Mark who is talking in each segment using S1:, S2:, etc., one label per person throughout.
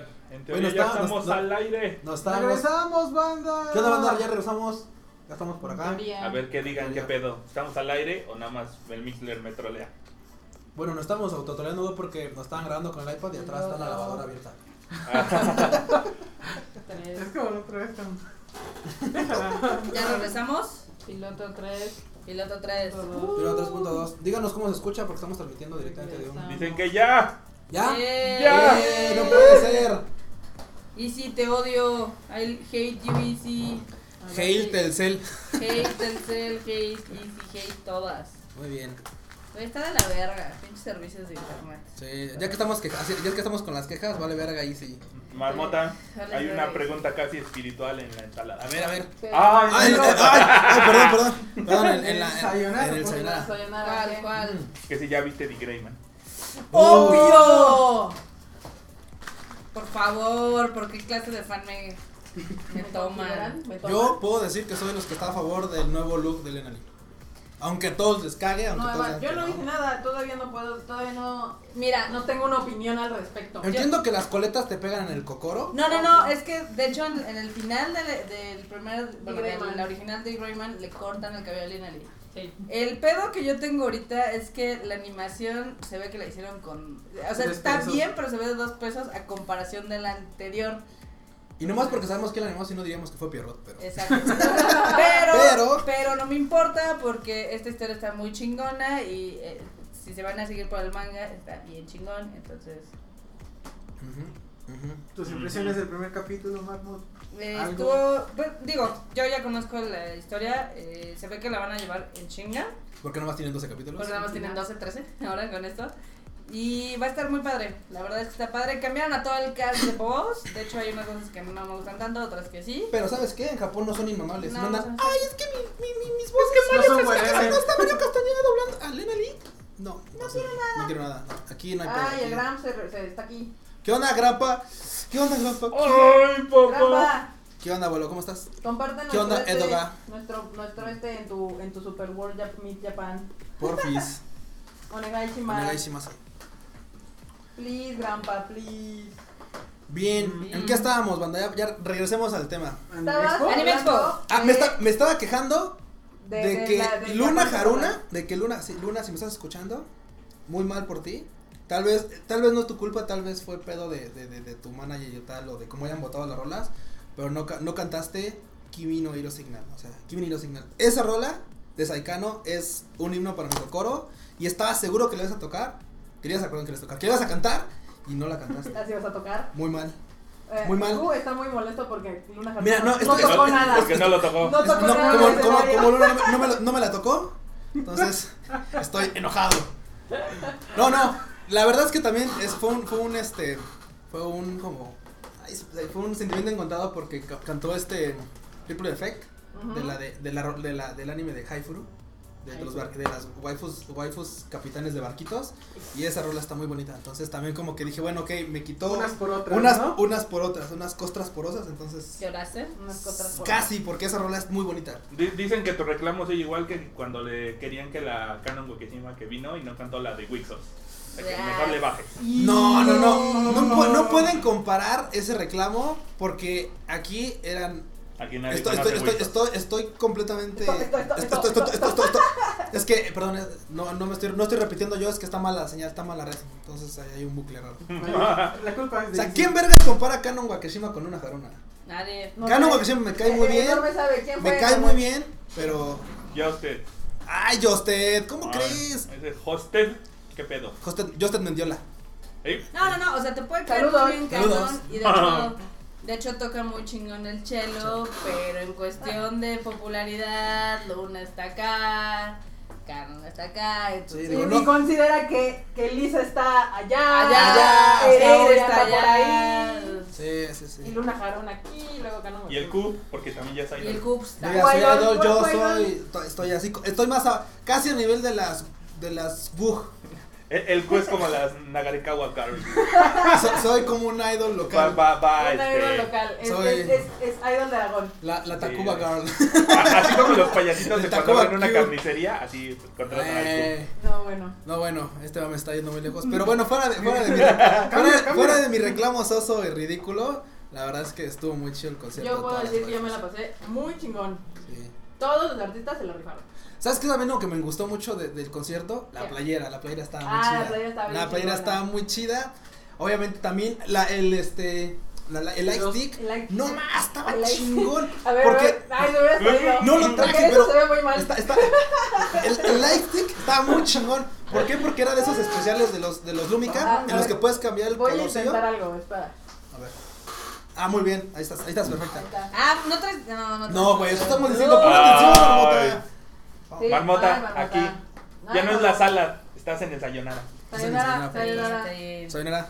S1: nos
S2: ya
S1: está- nos-
S2: estamos
S1: no-
S2: al aire.
S1: No estábamos.
S3: Regresamos, banda.
S1: ¿Qué onda, banda? Ya regresamos. Ya estamos por acá.
S4: Teoría.
S2: A ver qué digan, qué
S1: Ya.
S2: pedo. ¿Estamos al aire o nada más el Mixler me trolea?
S1: Bueno, no estamos autotoleando güey, porque nos estaban grabando con el iPad y atrás está la lavadora abierta.
S3: Es
S4: Tres.
S3: como la otra vez.
S5: Ya regresamos.
S4: Piloto 3.
S5: Piloto 3.
S1: Pero 3.2. Díganos cómo se escucha porque estamos transmitiendo directamente de un.
S4: Regresamos.
S2: Dicen que ya.
S1: ¿Ya?
S2: ¡Ya!
S1: ¡Eh! ¡No puede ser!
S5: Y si te odio. I hate you, easy.
S1: Hail Telcel.
S5: Hate Telcel, hate easy, hate todas.
S1: Muy bien.
S5: Güey, Está de la verga. Pinches servicios de internet.
S1: Sí, ya que estamos queja- así- ya que estamos con las quejas, vale verga ahí sí.
S2: Marmota,
S5: Sales
S2: hay
S5: de
S2: una
S5: ahí.
S2: pregunta casi espiritual en la ensalada.
S1: A ver, a ver.
S4: Pero-
S2: Ay,
S1: Ay,
S2: no.
S1: ay, ay, perdón, perdón. Perdón, en, en la
S3: Sayonara,
S1: en el Mm.
S3: por
S1: sayonara.
S4: Sayonara,
S5: ¿Cuál,
S4: ¿qué?
S5: cuál?
S2: Que si ya viste The Greyman.
S1: Oh,
S5: ¡Obvio! Por favor, ¿por qué clase de fan me, me toman?
S4: ¿Me toman?
S1: Yo puedo decir que soy de los que está a favor del nuevo look de Lenali. Aunque a todos les cague, aunque
S4: No,
S1: todos
S4: Eva,
S1: digan
S4: yo
S1: que
S4: no
S1: no.
S4: hice nada, todavía no puedo, todavía no. Mira, no tengo una opinión al respecto.
S1: Entiendo que las coletas te pegan en el cocoro.
S5: No, no, no, es que de hecho en, en el final del, del primer, bueno, del-
S4: Greyman.
S5: la original de Greyman le cortan el cabello a Lina Lee.
S4: Sí.
S5: El pedo que yo tengo ahorita es que la animación se ve que la hicieron con. O sea,
S3: Dos
S5: está
S3: pesos.
S5: bien, pero se ve de dos pesos a comparación de la anterior.
S1: Y nomás porque sabemos quién la animó, si no diríamos que fue Pierrot, pero.
S5: Exacto. pero,
S1: Pero-
S5: pero no me importa porque esta historia está muy chingona y eh, si se van a seguir por el manga está bien chingón. Entonces,
S1: Ujú, ujú.
S3: Tus impresiones del primer capítulo, Mahmoud.
S5: eh,
S3: Algo.
S5: estuvo. bueno, digo, yo ya conozco la historia. eh, se ve que la van a llevar en chinga.
S1: ¿Por qué nomás tienen 12 capítulos?
S5: Porque nada más tienen 12, 13 ahora con esto. Y va a estar muy padre. La verdad es que está padre. Cambiaron a todo el cast de voz. De hecho, hay unas cosas que no me gustan tanto, otras que sí.
S1: Pero ¿sabes qué? En Japón no son inmamables.
S5: No,
S1: No, andan,
S5: no son-
S1: Ay, es que mi, mi, mi, mis voces
S3: No son
S1: ¿No
S3: hueveras.
S1: está Mario Castañeda doblando a Lena Lee? No, no quiero nada. No quiero nada. Aquí no hay pedo,
S4: Ay, el
S1: aquí-
S4: Gram se, se- está aquí.
S1: ¿Qué onda, Grapa? ¿Qué onda, Grapa?
S2: ¡Ay, papá!
S4: Grampa,
S1: ¿Qué onda, abuelo? ¿Cómo estás?
S4: comparte
S1: ¿Qué onda,
S4: nuestro este,
S1: Edoga?
S4: nuestro, nuestro este en tu, en tu Super World Jap- Meet Japan.
S1: Porfis.
S4: Onegai Shimaru.
S1: Onegai shimasu.
S4: Please, Grampa, please.
S1: Bien,
S3: Mm.
S1: ¿en qué estábamos, banda? Ya, ya regresemos al tema.
S4: Estabas
S5: Anime Expo.
S4: hablando
S1: Ah,
S4: de-
S1: me, está- me estaba quejando de, que
S4: Eh, la- del
S1: Luna
S4: Japan
S1: Haruna, de que Luna, sí, Luna, si me estás escuchando, muy mal por ti. Tal vez, tal vez no es tu culpa, tal vez fue pedo de, de, de, de tu manager y tal, o de cómo hayan votado las rolas, pero no, ca- no cantaste Kimi no Hiro Signal, o sea, Kimi no Hiro Signal. Esa rola de Saikano es un himno para nuestro coro, y estaba seguro que le ibas a tocar, querías, perdón, que le ibas a tocar, que le ibas a cantar, y no la cantaste.
S4: Las ibas a tocar.
S1: Muy mal.
S4: Eh,
S1: Muy mal.
S4: Gu está muy molesto porque Luna Haruna
S1: Mira, no, esto-
S4: no tocó
S1: esto-
S4: nada.
S2: Porque no lo tocó.
S4: No tocó
S1: No,
S4: nada.
S1: como,
S4: del
S1: como-
S4: escenario.
S1: como Luna no me, no me la- no me la tocó, entonces estoy enojado. No, no, la verdad es que también es, fue, un, fue un, este, fue un como, ay, fue un sentimiento encontrado porque ca- cantó este Triple Effect
S4: Ujú.
S1: de la, de, de la, ro- de la- del anime de Haifuru. De, de los bar- de las waifus, waifus capitanes de barquitos y esa rola está muy bonita entonces también como que dije bueno ok me quitó
S3: Unas
S1: unas,
S3: por otras.
S1: unas,
S3: ¿no?
S1: por otras unas costras porosas entonces
S5: ¿Lloraste?
S4: Unas cosas por-
S1: casi porque esa rola es muy bonita
S2: Di- Dicen que tu reclamo sigue igual que cuando le querían que la Canon Gokishima que vino y no cantó la de Wixos. O sea, que
S5: Ya.
S2: mejor le bajes.
S1: No, no, no. No, pu- no pueden comparar ese reclamo porque aquí eran.
S2: Aquí nadie
S1: Estoy,
S2: conoce
S1: estoy, estoy,
S2: Wixos.
S1: estoy, estoy completamente.
S4: Esto- esto- esto-
S1: esto- esto- esto- esto- esto- Es que, perdón, es- no, no me estoy, no estoy repitiendo yo, es que está mala la señal, está mala red. Entonces ahí hay un bucle raro.
S3: Ay, La culpa es de
S1: O sea,
S3: Izzy.
S1: ¿quién verga compara a Canon Wakashima con una jarona?
S5: Nadie.
S4: No
S1: Canon
S4: sé.
S1: Wakashima me cae muy
S4: Eh,
S1: bien.
S4: no me sabe quién
S1: Me
S4: fue,
S1: cae
S4: no
S1: muy
S4: me-
S1: bien, pero.
S2: Ya usted.
S1: ¡Ay, Josted! ¿Cómo
S2: Ay,
S1: crees?
S2: Ese hosted, ¿qué pedo?
S1: Josted, Josted Mendiola.
S2: ¿Eh?
S5: No, no, no, o sea, te puede caer
S4: Saludos.
S5: muy bien
S1: Saludos.
S5: cabrón y de hecho, de hecho toca muy chingón el cello, pero en cuestión de popularidad, Luna está acá, Canon está acá, entonces...
S1: Sí, digo,
S4: Y
S1: no.
S4: ni considera que, que Lisa está allá,
S5: Allá,
S1: Allá,
S4: Ereira
S5: Ereira
S4: está, por ahí,
S5: allá,
S1: Sí, sí,
S4: y
S1: sí.
S4: Luna Jarón aquí, y luego Canon
S2: Y el Q, porque también ya es
S5: y el
S2: idol.
S5: Coop
S1: Yo
S5: está...
S1: ya soy
S4: Guayón,
S1: idol, yo
S4: guayón.
S1: soy, to- estoy así, co- estoy más a- casi a nivel de las, de las bug.
S2: El, el Q es como las Nagarikawa Girls.
S1: So- soy como un idol
S2: Va,
S1: local,
S2: va, va,
S4: Un idol
S2: este.
S4: local, es,
S1: soy-
S4: es, es, es Idol de Aragón.
S1: la, la Tacuba
S2: Sí.
S1: girl.
S2: Así como los payasitos de cuando
S1: El Tacuba
S2: van a una
S1: Q.
S2: carnicería, así contratan al Q.
S1: Eh,
S4: No, bueno.
S1: no bueno, este
S4: Mm.
S1: me está yendo muy lejos, pero bueno, fuera de, fuera de mi, fuera, fuera de mi reclamo soso y ridículo, La verdad es que estuvo muy chido el concierto.
S4: Yo
S1: de
S4: puedo
S1: todas las
S4: decir que yo me la
S1: bandas.
S4: pasé muy chingón.
S1: Sí.
S4: Todos los artistas se lo rifaron.
S1: ¿Sabes qué también lo que me gustó mucho de- del concierto? La
S4: ¿Qué?
S1: playera, la playera estaba muy
S4: Ah,
S1: chida.
S4: la playera estaba bien
S1: La playera
S4: chingona.
S1: estaba muy chida. Obviamente también la, el este la- la- el light
S3: Los-
S1: stick.
S4: el light-
S1: No más, estaba
S4: el light-
S1: chingón.
S4: A ver,
S1: porque
S4: a ver. Ay, lo hubiera traído.
S1: No lo
S4: Porque
S1: traje,
S4: eso
S1: pero
S4: se ve muy mal.
S1: está, está- el, el light stick estaba muy chingón. ¿Por qué? Porque era de esos especiales de los de los
S4: Ah,
S1: Lumica en
S4: a
S1: los
S4: ver.
S1: que puedes cambiar el
S4: Voy a
S1: colorcillo.
S4: intentar algo, espera.
S1: A ver. Ah, muy bien. Ahí estás, ahí estás perfecta.
S4: Ahí está.
S5: Ah, no traes. No, no traes. Uh,
S1: No, güey, eso estamos
S4: No.
S1: diciendo por atención,
S2: Ay. Marmota,
S4: Marmota.
S2: aquí. Ya no es la sala, estás en el Sayonara.
S4: Sayonara,
S1: Sí,
S4: sayonara,
S5: Está bien.
S1: Soy nada.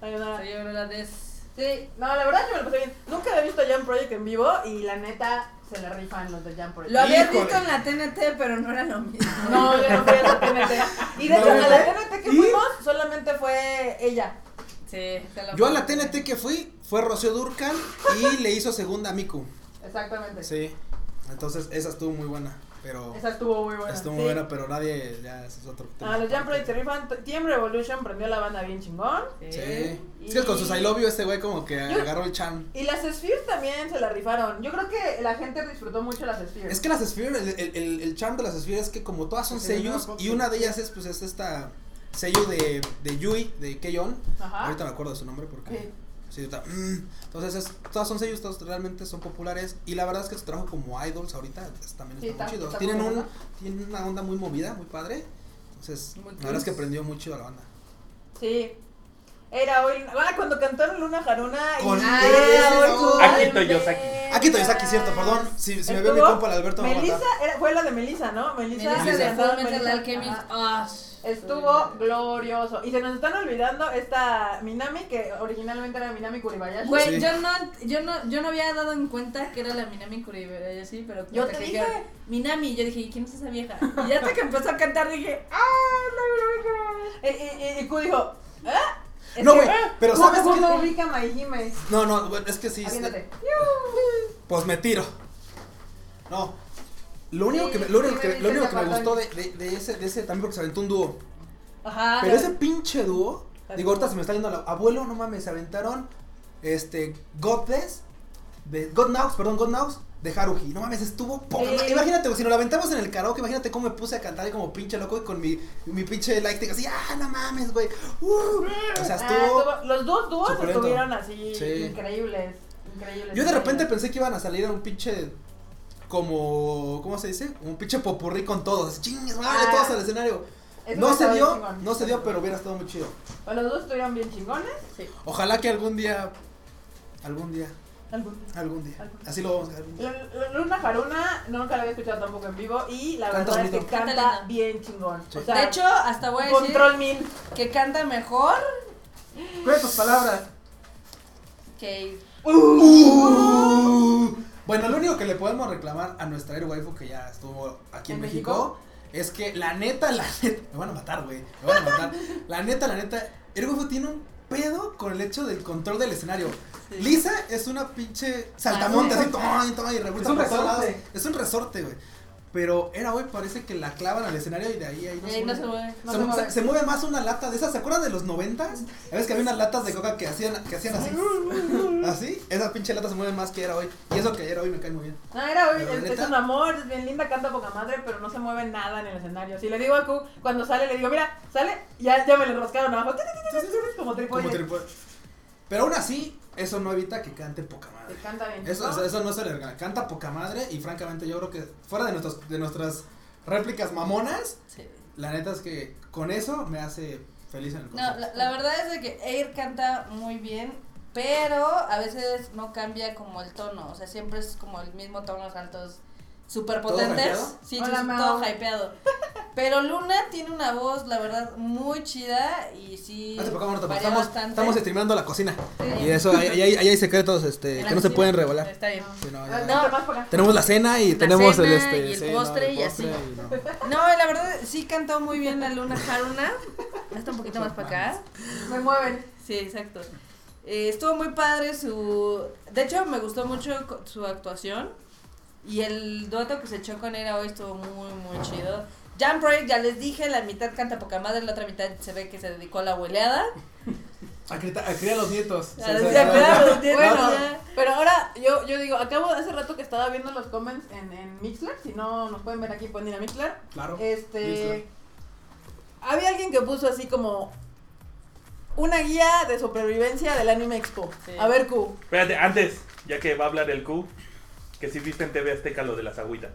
S4: sayonara.
S5: Soy Aurora Des.
S4: Sí, no, la verdad yo me lo pasé bien. Nunca había visto Jam Project en vivo y la neta se la rifan los de Jam Project.
S5: Lo había
S1: Híjole.
S5: visto en la TNT, pero no era lo mismo.
S4: No, yo no fui a la TNT. Y de hecho, a la TNT que
S1: ¿Y?
S4: fuimos solamente fue ella.
S5: Sí, te lo
S1: Yo a la
S5: juro.
S1: TNT que fui fue Rocío Durcal y le hizo segunda a Miku.
S4: Exactamente.
S1: Sí. Entonces esa estuvo muy buena, pero
S4: Pues Esa estuvo muy buena.
S1: estuvo
S4: sí.
S1: muy buena, pero nadie ya ese es otro tema.
S4: Ah, los Jam Project se rifan. Team Revolution prendió la banda bien chingón.
S1: Sí.
S5: Sí.
S1: Es que con sus I love you este güey como que
S4: Yo-
S1: agarró el chan.
S4: Y las Sphere también se la rifaron. Yo creo que la gente disfrutó mucho las Sphere.
S1: Es que las Sphere, el, el, el, el charm de las Sphere es que como todas son
S3: Sí, no,
S1: sellos
S3: poco.
S1: y una de ellas es pues es esta sello de, de Yui, de Keyon.
S4: Ajá.
S1: Ahorita me acuerdo de su nombre porque...
S4: Sí.
S1: Sí, ahorita, mm. Entonces, es- todas son sellos, todas realmente son populares. Y la verdad es que su trabajo como idols ahorita es- también
S4: Sí,
S1: está,
S4: está-
S1: muy chido.
S4: está
S1: tienen,
S4: muy
S1: un,
S4: bueno.
S1: tienen una onda muy movida, muy padre. Entonces,
S5: Muy
S1: la verdad es que
S5: cool.
S1: prendió muy chido a la banda.
S4: Sí. Era hoy. Ah, cuando cantaron Luna Jaruna.
S1: Con-
S4: y...
S5: Ah,
S1: Eso.
S5: ahora tú.
S2: Akito Yosaki.
S1: Aquí todavía está aquí, cierto, perdón. Si, si me veo mi
S4: Eh, Estuvo
S1: compa, el Alberto me va a
S4: Melissa,
S1: matar.
S4: era- fue la de Melissa, ¿no? Melissa,
S5: Melissa
S1: Melissa.
S5: de
S4: Andaba
S5: Full Metal
S4: Melissa.
S5: Alchemist.
S4: Ajá.
S5: Ah,
S4: Estuvo glorioso. Y se nos están olvidando esta Minami, que originalmente era Minami Kuribayashi.
S5: Güey,
S1: Sí.
S5: yo no, yo no, yo no había dado en cuenta que era la Minami Kuribe, yo sí, pero
S4: Yo
S5: hasta
S4: te
S5: que
S4: dije.
S5: dijeron, Minami, yo dije, "¿Y ¿quién es esa vieja? Y ya hasta que empezó a cantar dije, ah,
S4: Y, y, y, y Ku dijo, ¿ah? Es
S1: No,
S4: que,
S1: güey,
S4: ah,
S1: pero
S4: ¿cómo-
S1: ¿sabes qué?
S4: ¿Cómo ubica Maihime?
S1: No, no, bueno, es que sí. este,
S4: Aviéntate.
S1: Pues me tiro. No. Lo único
S4: Sí,
S1: que me, lo
S4: sí
S1: único
S4: me
S1: que,
S4: dices
S1: lo único
S4: de
S1: que me
S4: Bad
S1: gustó de,
S4: Bunny.
S1: de, de ese, de ese también porque se aventó un dúo.
S4: Ajá.
S1: Pero ese pinche dúo,
S4: Así
S1: digo, ahorita
S4: como-
S1: se me está yendo la. Abuelo, no mames, se aventaron. Este, Godless, de God Knows, perdón, God Knows, de Haruhi. No mames, estuvo poca.
S4: Sí.
S1: Imagínate, si nos la aventamos en el karaoke, imagínate cómo me puse a cantar y como pinche loco y con mi, mi pinche lightstick así, ah, no mames, güey. Uh, o sea,
S4: Ah,
S1: estuvo.
S4: estuvo- los dos dúos
S1: suculento.
S4: estuvieron así,
S1: Sí.
S4: increíbles. Increíbles.
S1: Yo de repente
S4: increíbles.
S1: pensé que iban a salir a un pinche. Como. ¿Cómo se dice? Un pinche popurrí con todos. Chingues, vale,
S4: Ah.
S1: todos al escenario.
S4: Eso
S1: no se
S4: estaba bien
S1: dio,
S4: chingón.
S1: no se dio, pero hubiera estado muy chido.
S4: Pero los dos estuvieron bien chingones.
S1: Ojalá que algún día. Algún día.
S4: Algún día.
S1: Algún día.
S4: Algún día.
S1: Así lo vamos a hacer.
S4: L- L- Luna Jaruna nunca la había escuchado tampoco en vivo y la
S1: Canta
S4: verdad es que
S1: bonito.
S4: canta
S5: Canta lindo.
S4: bien chingón.
S1: Sí.
S4: O sea,
S5: De hecho, hasta voy a decir
S4: control mil.
S5: que canta mejor
S3: Cuida tus palabras.
S5: que
S1: Uh. Bueno, lo único que le podemos reclamar a nuestra Air Waifu que ya estuvo aquí en,
S4: ¿En
S1: México, es que la neta, la neta. Me van a matar, güey. Me van a matar. la neta, la neta. Air Waifu tiene un pedo con el hecho del control del escenario. Lisa es una pinche saltamonte,
S5: Ah, sí.
S1: así, toma, y toma y
S3: Es
S1: rebota
S3: un
S1: por todos lados.
S3: resorte.
S1: Es un resorte, güey. Pero era, güey, parece que la clavan al escenario y de ahí, ahí no
S5: ahí Eh, no se
S1: mueve.
S5: mueve.
S4: No
S1: se,
S4: se
S1: mu-
S4: mueve.
S1: se- se mueve más una lata de esas, ¿se acuerdan de los noventas? A veces que había unas latas de coca que hacían, que hacían así. Así, esas pinche latas se mueven más que era hoy. Y eso que era hoy me cae muy bien.
S4: No, Ah, era
S1: Pero
S4: es,
S1: neta.
S4: es un amor, es bien linda, canta poca madre, pero no se mueve nada en el escenario. Si le digo a Q, cuando sale, le digo, mira, sale, ya, ya me le roscaron abajo. Como
S1: Como
S4: trípode.
S1: trípode. Pero aún así, eso no evita que cante poca
S4: Se
S1: madre.
S4: canta bien.
S1: Eso,
S4: chingón.
S5: Ah.
S1: eso- eso no se le regala. Canta poca madre y francamente yo creo que fuera de, nuestros, de nuestras réplicas mamonas,
S5: Sí.
S1: la neta es que con eso me hace feliz en el
S5: No,
S1: concierto.
S5: la, la verdad es de que Air canta muy bien, pero a veces no cambia como el tono, o sea, siempre es como el mismo tono altos super potentes.
S1: hypeado?
S5: Sí,
S4: Hola,
S5: sí,
S4: Mau.
S5: todo hypeado. Pero Luna tiene una voz, la verdad, muy chida y sí
S1: No te preocupes, no te
S5: varía
S1: preocupes. estamos,
S5: bastante.
S1: estamos streameando la cocina.
S5: Sí.
S1: Y eso, ahí, ahí hay- ahí hay secretos
S5: En
S1: este,
S5: la
S1: que no se
S5: cocina.
S1: pueden revelar.
S5: Está bien.
S1: Sí, no,
S4: Ah,
S1: ya-
S4: no, más para acá.
S1: Tenemos la cena y tenemos el
S5: cena
S1: este.
S5: y el
S1: sí,
S5: postre y así.
S1: y no.
S5: No, la verdad sí cantó muy bien la Luna Haruna. Hasta un poquito más para acá.
S4: Me mueven.
S5: Sí, exacto. Eh, estuvo muy padre su... De hecho, me gustó mucho co- su actuación. Y el dueto que se echó con ella hoy estuvo muy, muy chido. Jam Project, ya les dije, la mitad canta poca madre, la otra mitad se ve que se dedicó a la hueleada.
S1: A criar, a criar a los nietos.
S5: Ya,
S1: Sí, sí,
S5: ya,
S1: sí.
S5: claro, ya,
S4: Bueno,
S5: ya.
S4: pero ahora yo, yo digo, acabo hace rato que estaba viendo los comments en, en Mixler, si no nos pueden ver aquí, pueden ir a Mixler.
S1: Claro.
S4: Este. Había alguien que puso así como una guía de supervivencia del Anime Expo.
S5: Sí.
S4: A ver, Q.
S2: Espérate, antes, ya que va a hablar el Q, que si viste en TV Azteca lo de las agüitas.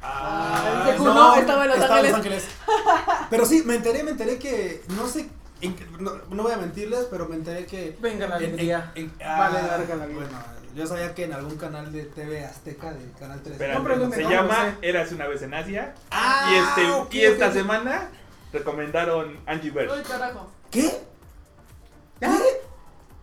S4: Ah, Q no, estaba en Los
S1: estaba en
S4: Ángeles.
S1: Los Ángeles. Pero sí, me enteré, me enteré que, no sé, en qué- no, no voy a mentirles, pero me enteré que...
S3: Venga la
S1: en- en-
S3: alegría.
S1: en-
S3: Vale,
S1: ah,
S3: larga la vida.
S1: Bueno, yo sabía que en algún canal de TV Azteca, de Canal 3.
S2: Espérate,
S3: No, pero
S2: se
S3: no,
S2: llama
S3: no sé.
S2: Érase una vez en Asia.
S1: Ah,
S2: y este,
S1: ok,
S2: y esta
S1: ok, ok.
S2: semana recomendaron Angie Bird.
S4: carajo.
S1: ¿Qué?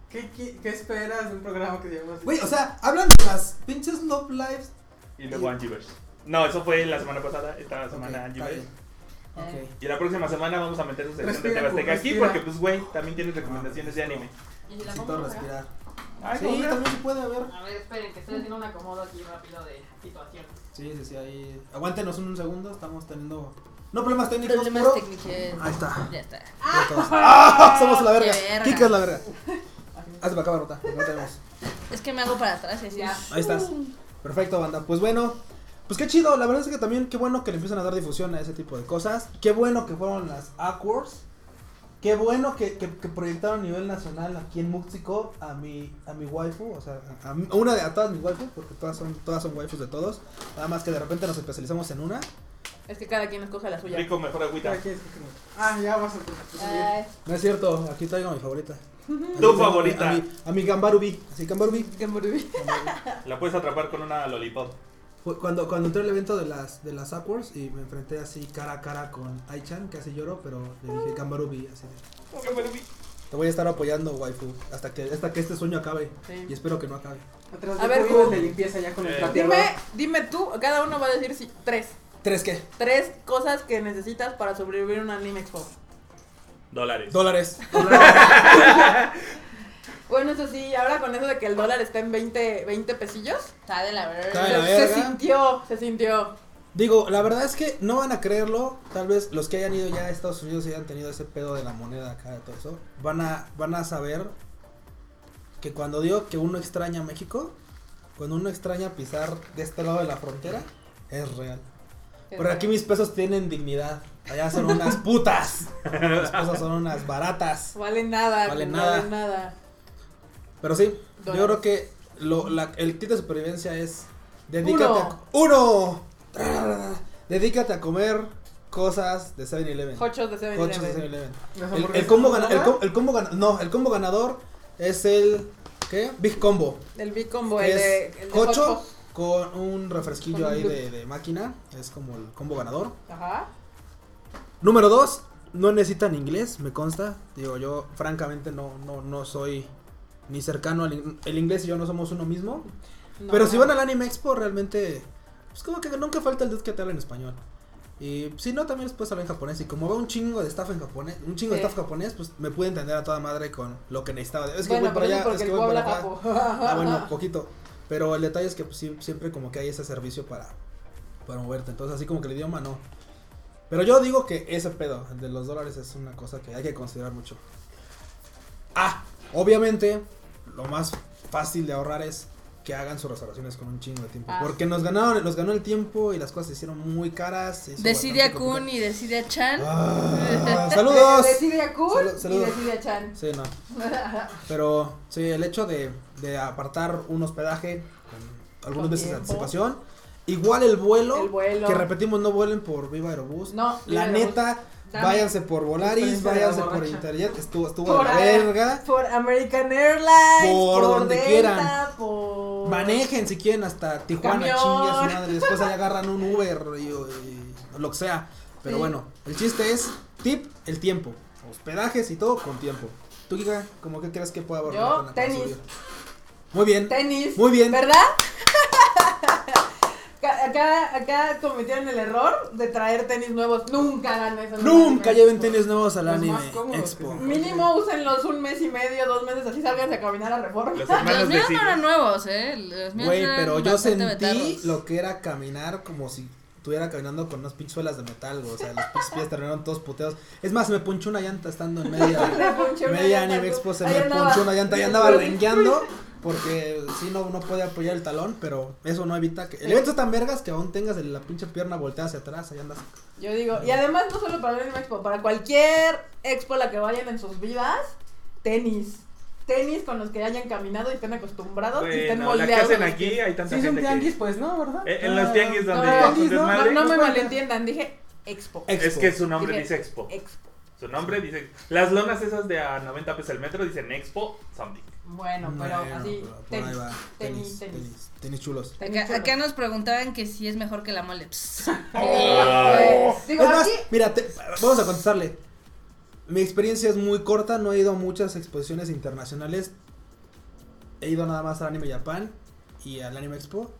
S3: ¿Qué, qué, qué esperas de un programa que se llama así?
S1: Güey, o sea, hablan de las pinches Love Lives.
S2: Y luego Angie Bird. No, eso fue la semana pasada, esta semana
S1: Ok,
S2: Angie
S1: está
S2: Bird.
S1: bien. Ok.
S2: Y la próxima semana vamos a meter su sección de
S3: Respira,
S2: TV
S3: Q,
S2: Azteca aquí
S3: respira.
S2: porque, pues, güey, también tienes recomendaciones de anime.
S5: Y si la
S1: Necesito
S5: pongo acá.
S1: respirar.
S2: Ay,
S1: sí,
S2: compra.
S1: también se puede haber.
S4: A ver, esperen, que estoy haciendo un acomodo aquí rápido de situación.
S1: Sí, sí, sí, ahí. Aguántenos un segundo, estamos teniendo. No problemas técnicos,
S5: Problemas
S1: pero-
S5: técnicos.
S1: Ahí está.
S5: Ya está.
S1: Ya todos. ¡Ah! Somos la
S5: Qué
S1: verga.
S5: verga.
S1: Kika es la verga. Ah, Hazte para acá, Barota. No tenemos.
S5: Es que me hago para atrás y así.
S4: Ya.
S1: Ahí estás. Perfecto, banda. Pues bueno. Pues qué chido, la verdad es que también qué bueno que le empiezan a dar difusión a ese tipo de cosas. Qué bueno que fueron las Aquars. Qué bueno que, que- que proyectaron a nivel nacional aquí en México a mi a mi waifu, o sea, a, a una de a todas mis waifu, porque todas son todas son waifus de todos. Nada más que de repente nos especializamos en una.
S4: Es que cada quien escoge la suya.
S2: Rico, mejor agüita.
S3: ¿Qué quieres que no? Ah, ya vas a empezar.
S4: Eh,
S5: Ay,
S1: No es cierto, aquí traigo a mi favorita.
S2: Tu favorita.
S1: A mi, a mi Gambarubi. Sí, Gambarubi.
S4: Que morí.
S2: La puedes atrapar con una lollipop.
S1: Fue cuando, cuando entré al evento de las de las Upwards y me enfrenté así cara a cara con Aichan, casi lloro, pero le dije Gambarubi, así de, Te voy a estar apoyando, waifu, hasta que hasta que este sueño acabe.
S4: Sí.
S1: Y espero que no acabe.
S3: Atrás
S4: A
S3: de
S4: ver,
S3: tu
S4: Q.
S3: de limpieza ya con
S2: Eh,
S3: el plateado.
S4: Dime, dime tú, cada uno va a decir si, tres.
S1: ¿Tres qué?
S4: Tres cosas que necesitas para sobrevivir a un anime expo.
S2: Dólares.
S1: Dólares.
S4: Bueno, eso sí, ahora con eso de que el dólar está en 20, 20 pesillos,
S5: Está de la
S1: Está de
S5: verga.
S1: la
S4: se, se
S1: verga.
S4: sintió, se sintió.
S1: Digo, la verdad es que no van a creerlo, tal vez los que hayan ido ya a Estados Unidos y hayan tenido ese pedo de la moneda acá de todo eso, van a, van a saber que cuando digo que uno extraña México, cuando uno extraña pisar de este lado de la frontera, es real. Porque
S4: Este,
S1: aquí mis pesos tienen dignidad, allá son unas putas, las cosas son unas baratas.
S4: Vale nada,
S1: Vale
S4: no
S1: nada.
S4: vale nada.
S1: Pero sí, yo
S4: Dólares.
S1: creo que lo, la- el kit de supervivencia es dedícate
S4: Uno.
S1: a uno. Dedícate a comer cosas de 7-Eleven.
S4: Hochos de 7
S1: Coches de 7-Eleven.
S3: Las
S1: El, el
S3: hamburguesas
S1: combo
S3: no
S1: gana- el,
S3: nada.
S1: com- el combo gana- no, el combo ganador es el ¿qué? Big Combo.
S4: El Big Combo,
S1: que
S4: el de,
S1: es
S4: el de
S1: cocho
S4: hochos.
S1: con un refresquillo
S4: Con un
S1: ahí
S4: loop.
S1: de, de máquina, es como el combo ganador.
S4: Ajá.
S1: Número dos, no necesitan inglés, me consta. Digo, yo francamente no no no soy ni cercano al in- el inglés y yo no somos uno mismo.
S4: No,
S1: Pero si
S4: no.
S1: van al Anime Expo, realmente. Pues como que nunca falta el dude que te habla en español. Y si no, también les puedes hablar en japonés. Y como va un chingo de staff en japonés, un chingo
S4: Sí.
S1: de staff japonés, pues me pude entender a toda madre con lo que necesitaba. Es que
S4: bueno,
S1: voy para
S4: pero eso
S1: allá,
S4: es porque
S1: es que
S4: el
S1: voy
S4: Q
S1: para
S4: habla
S1: acá.
S4: japo.
S1: Ah, bueno, poquito. Pero el detalle es que pues, sí, siempre como que hay ese servicio para, para moverte. Entonces, así como que el idioma no. Pero yo digo que ese pedo, el de los dólares, es una cosa que hay que considerar mucho. Ah, obviamente, lo más fácil de ahorrar es que hagan sus reservaciones con un chingo de tiempo.
S4: Ah,
S1: Porque nos ganaron, nos ganó el tiempo y las cosas se hicieron muy caras. se hizo
S5: Decide a
S1: bastante complicado.
S5: Kun y decide a Chan.
S1: Ah, ¡Saludos!
S4: Decide a Kun
S1: Salu- saludos.
S4: y decide a Chan.
S1: Sí, no. Pero sí, el hecho de, de apartar un hospedaje con algunas
S4: Con
S1: veces de
S4: tiempo.
S1: anticipación. Igual el vuelo,
S4: El vuelo.
S1: que repetimos, no vuelen por Viva Aerobús.
S4: Pues No,
S1: la
S4: Viva Aerobús.
S1: neta,
S4: Dame.
S1: váyanse por Volaris,
S3: Experiencia de la
S1: váyanse por
S3: borracha.
S1: Interjet, estuvo, estuvo de
S4: Por
S1: la
S4: aer-
S1: verga.
S4: Por American Airlines,
S1: Por
S4: por,
S1: donde
S4: Delta,
S1: quieran.
S4: por...
S1: Manejen si quieren hasta Tijuana,
S4: Camión.
S1: chingue a su madre. Después ahí agarran un Uber y, y lo que sea. Pero
S4: Sí.
S1: bueno, el chiste es tip, el tiempo. Hospedajes y todo con tiempo. ¿Tú, Kika, cómo que crees que pueda valer
S4: Yo,
S1: la pena para
S4: tenis.
S1: subir? Muy bien.
S4: Tenis.
S1: Muy bien.
S4: ¿Verdad? Acá- acá, acá cometieron el error de traer tenis nuevos. Nunca hagan eso.
S1: Nunca
S4: hagan
S1: lleven
S4: eso.
S1: tenis nuevos al
S3: Los
S1: anime
S3: más cómodos
S1: expo.
S3: que se-
S4: Mínimo úsenlos un mes y medio, dos meses, así salgan a caminar a reforma.
S2: Los
S5: Los
S2: hermanos de
S5: míos no
S2: Silvia.
S5: eran nuevos, ¿eh? Los míos
S1: Ah, Güey,
S5: eran
S1: pero yo
S5: bastante
S1: sentí
S5: betarros.
S1: lo que era caminar como si estuviera caminando con unas pinchuelas de metal, güey. O sea, los pinches pies terminaron todos puteados. Es más, me ponchó una llanta estando en media,
S4: Me ponché una
S1: media
S4: llanta,
S1: anime
S4: tú.
S1: expo, se
S4: Ahí
S1: me
S4: andaba.
S1: ponchó una llanta. Ya andaba rengueando porque sí, no, no podía apoyar el talón, pero eso no evita que...
S4: Eh.
S1: El evento es tan vergas que aún tengas la pinche pierna volteada hacia atrás, ahí andas.
S4: Yo digo, y además no solo para la Anime Expo, para cualquier expo a la que vayan en sus vidas, tenis. Tenis con los que hayan caminado y estén acostumbrados y estén
S2: Bueno, la que
S4: moldeados.
S2: hacen
S4: en los
S2: aquí
S4: pies.
S2: hay tanta
S3: Sí, es un
S2: gente
S3: tianguis,
S2: que...
S3: pues, ¿no? ¿Verdad?
S2: Eh, en los tianguis donde
S4: No,
S2: hacen
S3: tianguis, ¿no?
S2: desmadre,
S4: No, no me
S3: Expo.
S4: malentiendan, dije expo.
S1: Ex-
S2: es que su nombre
S4: Dije,
S2: dice expo.
S4: Expo.
S2: Su nombre dice... Las lonas esas de a 90 pesos el metro dicen expo something.
S4: Bueno, pero
S1: Bueno, pero
S4: así,
S1: por ahí
S4: tenis,
S1: va.
S4: tenis, tenis.
S1: tenis, tenis chulos.
S5: Acá, acá nos preguntaban que si es mejor que la mole. Pss.
S4: Eh, Digo,
S1: es más,
S4: aquí,
S1: mira, te- vamos a contestarle. Mi experiencia es muy corta, no he ido a muchas exposiciones internacionales. He ido nada más al Anime Japan y al Anime Expo.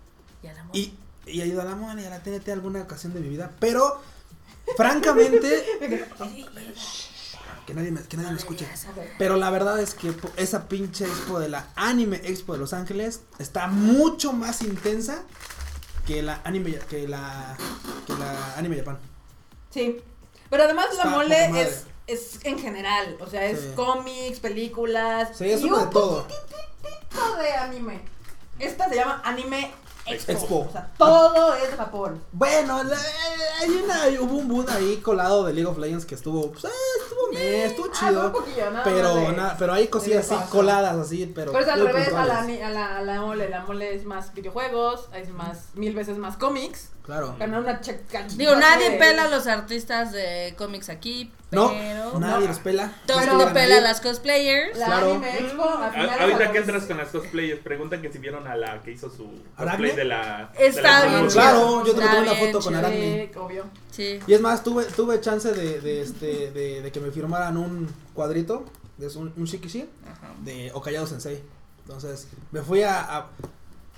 S5: Y a la mole.
S1: Y, y he ido a la MON y a la TNT alguna ocasión de mi vida. Pero, francamente, que nadie me, que nadie me escuche. Pero la verdad es que po- esa pinche expo de la Anime Expo de Los Ángeles está mucho más intensa que la Anime, que la, que la anime Japan.
S4: sí. Pero además
S1: Está
S4: la
S1: poca
S4: mole
S1: madre.
S4: es, es en general, o sea, es
S1: Sí.
S4: cómics, películas
S1: Sí, es
S4: y
S1: uno de
S4: un
S1: todo.
S4: poquito de anime. Esta se llama Anime Expo.
S1: Expo.
S4: O sea, todo es de Japón.
S1: Bueno, la- hay una- hubo un boot ahí colado de League of Legends que estuvo, pues, eh, estuvo bien, estuvo
S4: Ah, un
S1: chido.
S4: poquillo, nada más
S1: Pero
S4: de-
S1: nada, pero hay cosillas
S4: de
S1: así
S4: paso.
S1: coladas así, pero.
S4: Pero es al
S1: muy
S4: revés a la,
S1: puntuales.
S4: ni- a, la, a la mole. La mole es más videojuegos, es más, mil veces más cómics.
S1: Claro.
S4: Ganar una checa.
S5: Digo, nadie pela a los artistas de cómics aquí,
S1: No,
S5: pero
S1: nadie
S4: no.
S1: los pela.
S5: todo el
S1: Pero-
S5: mundo pela a las cosplayers.
S4: La
S1: Claro.
S4: Anime Expo, a
S2: A-
S4: finales
S2: Ah, ahorita
S4: a
S2: que
S4: los-
S2: entras con las cosplayers, preguntan que si vieron a la que hizo su
S1: ¿Aracne?
S2: cosplay de la...
S5: Está
S2: de la
S5: bien.
S2: Moon.
S1: Claro, yo tengo
S5: Está
S1: una
S5: bien
S1: foto con
S5: chido.
S1: Aracne.
S4: Sí, obvio.
S5: Sí.
S1: Y es más, tuve, tuve chance de, de, este, de, de que me firmaran un cuadrito, de su- un, shikishi,
S5: Ajá.
S1: de Okayado Sensei. Entonces, me fui a, a-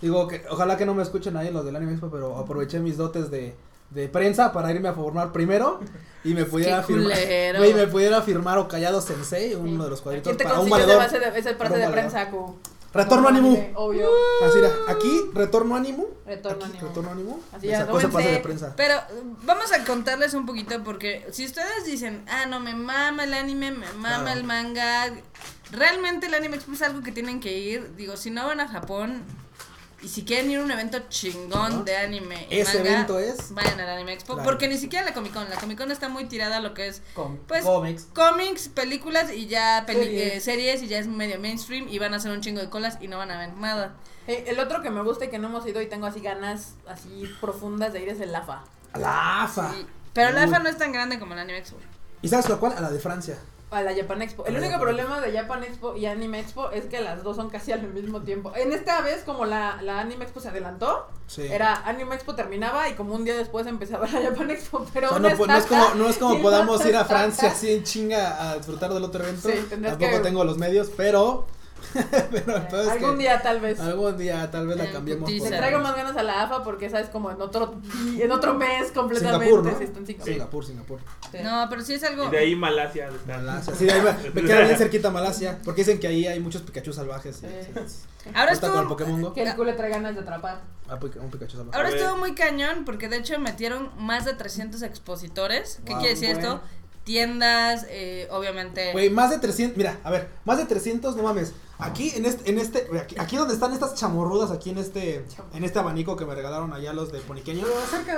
S1: digo, que ojalá que no me escuchen ahí los del Anime Expo, pero aproveché mis dotes de, de prensa para irme a formar primero y me pudiera firmar.
S5: culero.
S1: güey, me pudiera firmar Okayado Sensei, uno de los
S4: ¿Quién
S1: cuadritos
S4: te
S1: para un
S4: consiguió esa
S1: valedor.
S4: base de- esa
S1: Para
S4: parte
S1: un
S4: de
S1: valedor.
S4: prensa, Q?
S1: Retorno
S4: Normal,
S1: ánimo.
S4: de- Obvio.
S1: Así era, aquí, retorno ánimo.
S4: Retorno
S1: aquí,
S4: ánimo.
S1: Retorno ánimo.
S4: Así
S1: Esa
S4: ya,
S1: cosa pasa de
S4: tómense.
S1: prensa.
S5: Pero eh, vamos a contarles un poquito porque si ustedes dicen, ah, no, me mama el anime, me mama
S1: Claro.
S5: el manga, realmente el anime Expo es algo que tienen que ir. Digo, si no van a Japón y si quieren ir a un evento chingón
S1: Ajá.
S5: de anime, y
S1: Ese
S5: manga,
S1: evento es-
S5: Vayan al anime Expo,
S1: Claro.
S5: porque ni siquiera la Comic Con, la Comic Con está muy tirada a lo que es pues,
S1: Cómics.
S5: cómics, películas y ya peli-
S3: Series.
S5: eh, series y ya es medio mainstream y van a hacer un chingo de colas y no van a ver nada.
S4: Eh, el otro que me gusta y que no hemos ido y tengo así ganas así profundas de ir es el LAFA.
S1: A la AFA.
S5: Y- pero la
S1: Ah. Uy.
S5: AFA no es tan grande como el anime Expo.
S1: ¿Y sabes la cual? A la de Francia.
S4: A la Japan Expo. El
S1: A la
S4: único
S1: Japan
S4: problema de Japan Expo y Anime Expo es que las dos son casi al mismo tiempo. En esta vez, como la, la Anime Expo se adelantó,
S1: Sí.
S4: era Anime Expo terminaba y como un día después empezaba la Japan Expo. Pero
S1: O sea,
S4: una
S1: no, po- no es
S4: estaca
S1: como, no es como
S4: y
S1: podamos
S4: una
S1: ir a
S4: estaca.
S1: Francia así en chinga a disfrutar del otro evento.
S4: Sí, tendrás
S1: Tampoco
S4: que- Eh,
S1: tengo los medios, pero. pero el pedo es
S4: Algún
S1: que
S4: día tal vez.
S1: Algún día tal vez la
S5: En
S1: cambiemos.
S5: putiza.
S4: Le
S5: Sí.
S4: traigo más ganas a la AFA porque esa es como en otro, di- en otro mes completamente.
S1: Singapur, ¿no?
S4: sí, está en Singapur.
S1: Singapur, Singapur.
S4: Sí.
S5: No, pero sí es algo...
S2: Y de ahí Malasia. está.
S1: Malasia. Sí, de ahí me, me queda bien cerquita Malasia. Porque dicen que ahí hay muchos Pikachu salvajes. y-
S4: Sí.
S5: Ahora
S1: Ahorita con el
S5: estuvo,
S1: Pokémon Go.
S4: Que el culo le trae ganas de atrapar.
S1: Ah, Pika- un Pikachu salvaje.
S5: ahora
S2: A ver.
S5: estuvo muy cañón porque de hecho metieron más de 300 expositores. ¿Qué
S1: Wow.
S5: quiere decir esto? Tiendas, eh, obviamente.
S1: Güey, más de 300, mira, a ver, más de 300, no mames. Aquí en este en este güey, aquí, aquí donde están estas chamorrudas aquí en este en este abanico que me regalaron allá los de Poniqueño.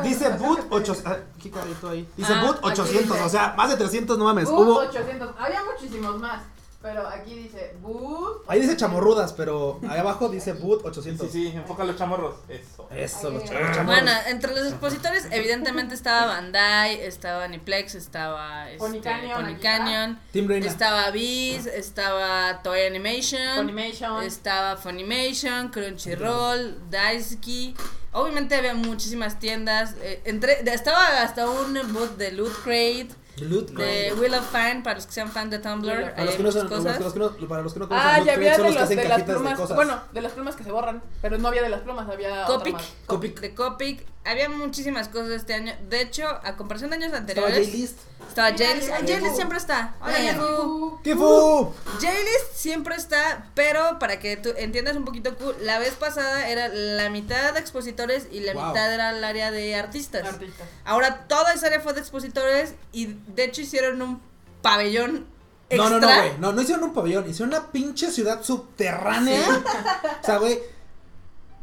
S1: Dice boot 800, ¿qué carito ahí? Dice
S5: Ah,
S1: boot
S5: aquí
S1: 800,
S4: dice.
S1: o sea, más de 300, no mames.
S4: Bus
S1: Pues, Hubo
S4: 800. Había muchísimos más. Pero aquí dice Bus.
S1: Ahí dice chamorrudas, pero ahí abajo dice boot
S2: Sí,
S1: 800.
S2: sí, sí, enfoca los chamorros. Eso.
S1: Eso, los
S4: Ahí.
S1: cha- los chamorros.
S5: Bueno, entre los expositores evidentemente estaba Bandai, estaba Aniplex, estaba este,
S4: Pony Canyon,
S5: Pony
S4: aquí
S5: Canyon,
S1: Team Reina.
S5: estaba Viz, estaba Toy Animation,
S4: Animation.
S5: estaba Funimation, Crunchyroll, Daisuke. Obviamente había muchísimas tiendas. eh, entre, de- estaba hasta un boot de Loot Crate.
S1: El Loot Crate.
S5: de Will of Fine para los que sean fan de Tumblr.
S4: Para
S1: Para los
S5: ahí hay
S1: que no
S5: muchas
S1: son,
S5: cosas.
S1: para los que no- para los que no conocen,
S4: eh, Ah,
S1: Loot
S4: ya
S1: Crate
S4: había
S1: son
S4: de,
S1: los que
S4: los,
S1: hacen
S4: de las
S1: cajitas de
S4: plumas.
S1: cosas.
S4: bueno, de las plumas que se borran. Pero no había de las plumas, había. otra
S5: Copic,
S4: más.
S1: Copic.
S5: de Copic. Había muchísimas cosas este año. De hecho, a comparación de años
S1: estaba
S5: anteriores,
S1: J-List.
S5: Estaba Jaylis. Ah, Jaylis siempre está. Hola,
S4: Bien.
S5: Yafu.
S4: Uh.
S6: ¡Kifu!
S5: Jaylis siempre está, pero para que tú entiendas un poquito, Q, la vez pasada era la mitad de expositores y la
S1: Wow.
S5: mitad era el área de artistas.
S4: Artista.
S5: Ahora toda esa área fue de expositores y de hecho hicieron un pabellón extra.
S1: No, no, no, güey. No, no hicieron un pabellón, hicieron una pinche ciudad subterránea. O sea, güey.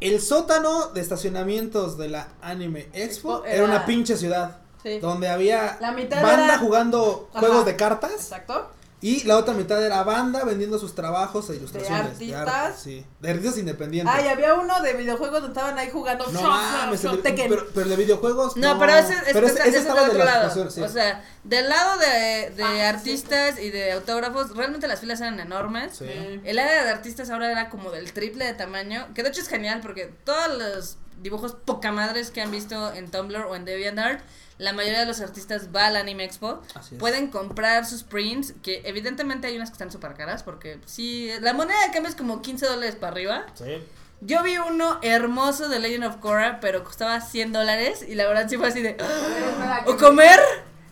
S1: El sótano de estacionamientos de la Anime Expo
S4: Expo
S1: era,
S4: era-
S1: una pinche ciudad.
S4: Sí.
S1: Donde había
S4: La mitad
S1: banda
S4: era-
S1: jugando
S4: Ajá.
S1: juegos de cartas.
S4: Exacto.
S1: Y la otra mitad era banda vendiendo sus trabajos e ilustraciones.
S4: artistas.
S1: arte, sí. De artistas independientes.
S4: Ah, y había uno de videojuegos donde estaban ahí jugando.
S1: No mames, el de-
S4: Tekken.
S1: pero, pero el de videojuegos.
S5: No, pero ese, ese-
S1: Pero
S5: ese es del otro
S1: las
S5: lado.
S1: actuaciones, sí.
S5: O sea, del lado de, de
S4: Ah,
S5: artistas y de autógrafos, realmente las filas eran enormes.
S1: Sí.
S4: Sí.
S5: El área de artistas ahora era como del triple de tamaño, que de hecho es genial porque todos los dibujos poca madres que han visto en Tumblr o en DeviantArt, la mayoría de los artistas va al Anime Expo,
S1: Así es.
S5: pueden comprar sus prints, que evidentemente hay unas que están súper caras porque sí, la moneda de cambio es como 15 dólares para arriba.
S6: Sí.
S5: Yo vi uno hermoso de Legend of Korra, pero costaba 100 dólares y la verdad sí fue así de...
S4: Ah,
S5: O comer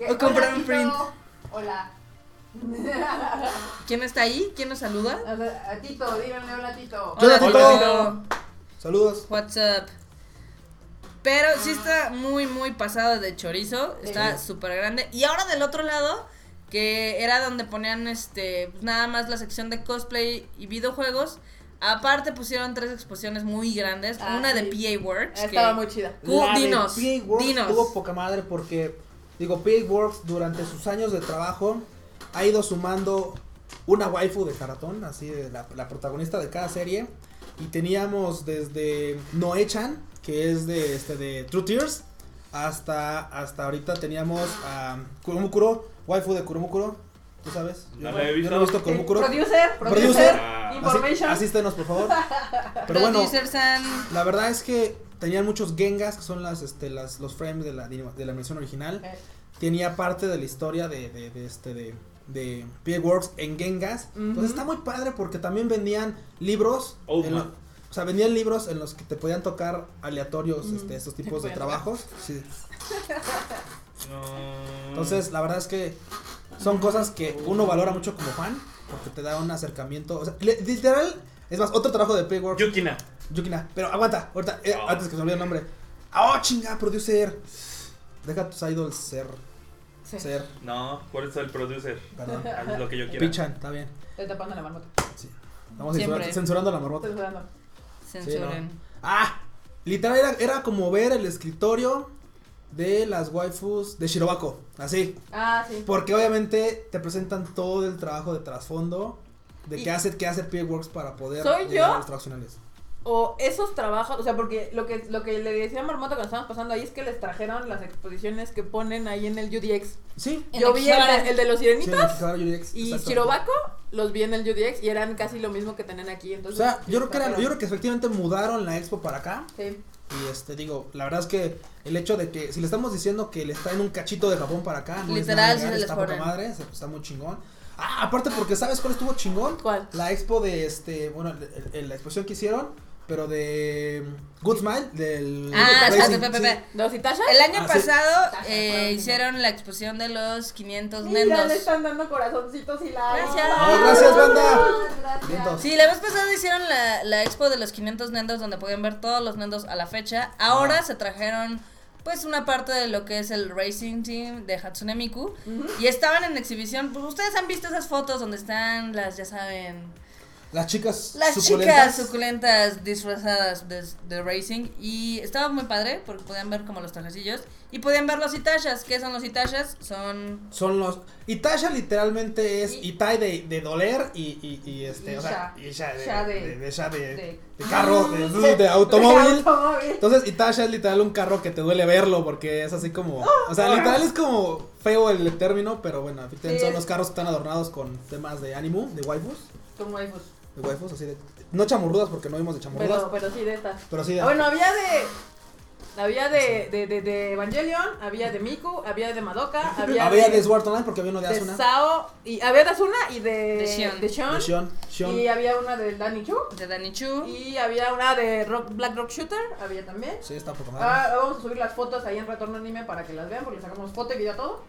S5: o comprar un print.
S7: Hola.
S5: ¿Quién está ahí? ¿Quién nos saluda?
S7: A ver, a Tito, díganle hola Tito.
S1: Hola, Tito.
S5: Tito.
S1: Saludos.
S5: What's up? Pero
S4: Ah.
S5: sí está muy, muy pasado de chorizo. Está súper grande. Y ahora del otro lado, que era donde ponían este pues, nada más la sección de cosplay y videojuegos. Aparte pusieron tres exposiciones muy grandes.
S4: Ah,
S5: una de
S4: sí. Ah,
S5: PA Works.
S4: Estaba
S5: que-
S4: muy chida.
S5: Q,
S1: La de
S5: dinos,
S1: PA Works
S5: dinos.
S1: tuvo poca madre porque, digo, PA Works durante sus años de trabajo ha ido sumando una waifu de Karatón, así de la, la protagonista de cada serie. Y teníamos desde Noe-chan, que es de, este, de True Tears, hasta, hasta ahorita teníamos a Kurumukuro, waifu de Kurumukuro, ¿tú sabes?
S2: No
S1: Yo
S2: la he
S1: yo no
S2: visto.
S1: visto Kurumukuro. Así-
S4: Producer,
S1: Producer.
S4: producer,
S2: Ah.
S4: Eh, information.
S1: asístenos, por favor. Pero bueno,
S5: Producers and-
S1: la verdad es que tenían muchos Gengas, que son las, este, las, los frames de la, anima- de la animación original.
S4: Eh.
S1: Tenía parte de la historia de, de, de este, de, de PA Works en Gengas.
S4: Ujú.
S1: Entonces está muy padre porque también vendían libros.
S2: Oh,
S1: en
S2: man.
S1: lo- o sea, vendían libros en los que te podían tocar aleatorios
S4: Mm.
S1: este, estos
S4: Te
S1: tipos de
S4: podían tocar.
S1: trabajos. Sí.
S2: No.
S1: Entonces, la verdad es que son cosas que uno valora mucho como fan porque te da un acercamiento. O sea, le- literal, es más, otro trabajo de PA Works.
S2: Yukina.
S1: Yukina, pero aguanta, ahorita, eh,
S2: Oh.
S1: antes que se me olvide el nombre. ¡Ah, ¡Oh, chinga, producer! Deja tus idols ser,
S4: Sí.
S1: ser,
S2: No, por eso el producer.
S1: perdón.
S2: Haz lo que yo quiera.
S1: Pichan, está bien.
S4: Estoy tapando la marmota.
S1: Sí. Estamos
S5: Siempre.
S1: censura- censurando la marmota.
S4: Estoy sudando.
S5: Censuren.
S1: ¡Ah! Literal, era, era como ver el escritorio de las waifus de Shirobako, así.
S4: Ah, sí.
S1: Porque obviamente te presentan todo el trabajo de trasfondo de
S4: Y-
S1: qué hace, qué hace PA Works para poder
S4: ¿Soy
S1: llegar
S4: yo?
S1: a los trabajos finales.
S4: O esos trabajos, o sea, porque lo que, lo que le decía a Marmota cuando estábamos pasando ahí es que les trajeron las exposiciones que ponen ahí en el UDX.
S1: Sí.
S5: En
S4: Yo vi el
S5: Exhibara.
S4: de, el de los
S1: sí,
S4: sirenitas
S1: en el Yurix,
S4: y
S1: exacto.
S4: Chirobaco los vi en el UDX y eran casi lo mismo que tenían aquí.
S1: O
S4: Entonces,
S1: sea, yo creo, que era-
S4: trajeron.
S1: yo creo que efectivamente mudaron la expo para acá.
S4: Sí.
S1: Y este, digo, la verdad es que el hecho de que, si le estamos diciendo que le está en un cachito de Japón para acá, no es
S5: Literal,
S1: nada
S5: sí
S1: legal,
S5: se les
S1: está poca
S5: ponen.
S1: madre, se- está muy chingón. Ah, aparte porque, ¿sabes cuál estuvo chingón?
S4: ¿Cuál?
S1: La expo de este, bueno, el- el- la exposición que hicieron, pero de mm, Good Smile, del. Racing,
S5: Ah, espérate, espérate,
S1: sí.
S5: espérate.
S4: ¿Dos y Tasha?
S5: El año
S1: Ah, sí.
S5: pasado eh,
S4: Tasha, claro que no.
S5: hicieron la exposición de los 500
S4: Mira, le
S5: nendos.
S4: están dando corazoncitos y la.
S5: Gracias.
S1: No, gracias, banda.
S7: Muchas gracias.
S1: Vientos.
S5: Sí, la vez pasada hicieron la, la expo de los 500 nendos donde podían ver todos los nendos a la fecha. Ahora
S1: Ah.
S5: se trajeron pues una parte de lo que es el Racing Team de Hatsune Miku y estaban en exhibición. Pues, Ustedes han visto esas fotos donde están las, ya saben,
S1: Las chicas.
S5: las
S1: suculentas.
S5: chicas suculentas disfrazadas de, de Racing y estaba muy padre porque podían ver como los trajecillos y podían ver los Itashas. ¿Qué son los Itashas? Son...
S1: Son los. Itasha literalmente es
S4: Y-
S1: Itai de, de doler y, y, y este.
S4: Y
S1: o sea,
S4: Sha.
S1: y Sha de.
S4: Sha
S1: de,
S4: de-
S1: de Sha de-
S4: de-
S1: de carro, de, de automóvil. Entonces, Itasha es literal un carro que te duele verlo porque es así como. O sea, literal es como feo el término, pero bueno, efectivamente
S4: Sí,
S1: son
S4: es-
S1: los carros que están adornados con temas de animu, de waifus.
S4: Como esos.
S1: De waifus, así de. No chamurrudas porque no vimos de chamurrudas,
S4: Pero,
S1: pero,
S4: pero sí de estas.
S1: sí de.
S4: Ah, bueno, había de. Había de, de, de, de Evangelion, había de Miku, había de Madoka, había,
S1: había de Sword Online porque había uno de
S4: de
S1: Asuna.
S4: Sao, y había de Asuna y de,
S5: De Shion.
S1: De
S4: Shion,
S1: Shion. Shion.
S4: y había una de Danny Chu,
S5: De Danichu.
S4: y había una de Rock- Black Rock Shooter, había también.
S1: Sí, está poca madre.
S4: Ah, vamos a subir las fotos ahí en Retorno Anime para que las vean, porque sacamos foto y video todo.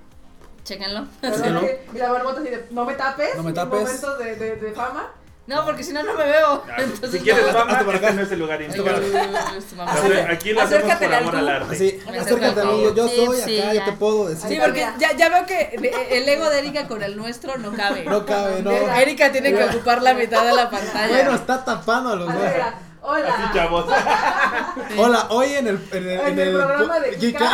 S5: Chéquenlo.
S4: Perdón,
S1: ¿no?
S4: que- Y la marmota así de, no me tapes.
S1: No me
S4: en
S1: tapes.
S4: Momentos de, de, de fama.
S5: No, porque si no, no me veo.
S2: Ah, si-
S5: Entonces,
S2: si quieres
S5: no.
S2: fama,
S1: hazte para acá.
S2: este no es el lugar
S5: Ay,
S1: Hazte para
S2: indicado.
S1: acá.
S5: no, no, no,
S2: Pero
S5: no.
S2: Aquí lo hacemos por
S5: Acércatela
S2: amor
S5: tú.
S2: al arte.
S1: Así,
S5: Acércate,
S1: acércate a mí, yo, yo
S5: sí,
S1: soy
S5: sí,
S1: acá,
S5: ya.
S1: yo te puedo decir.
S5: Sí, porque ya, ya veo que el ego de Erika con el nuestro no cabe.
S1: No cabe, no.
S4: Mira.
S5: Erika tiene que ocupar la mitad de la pantalla.
S1: Bueno, está tapando a los
S4: Así
S1: dos.
S4: era, hola.
S2: Así, chavos.
S1: Hola, hoy en el. En el,
S4: En el programa de
S1: Kika.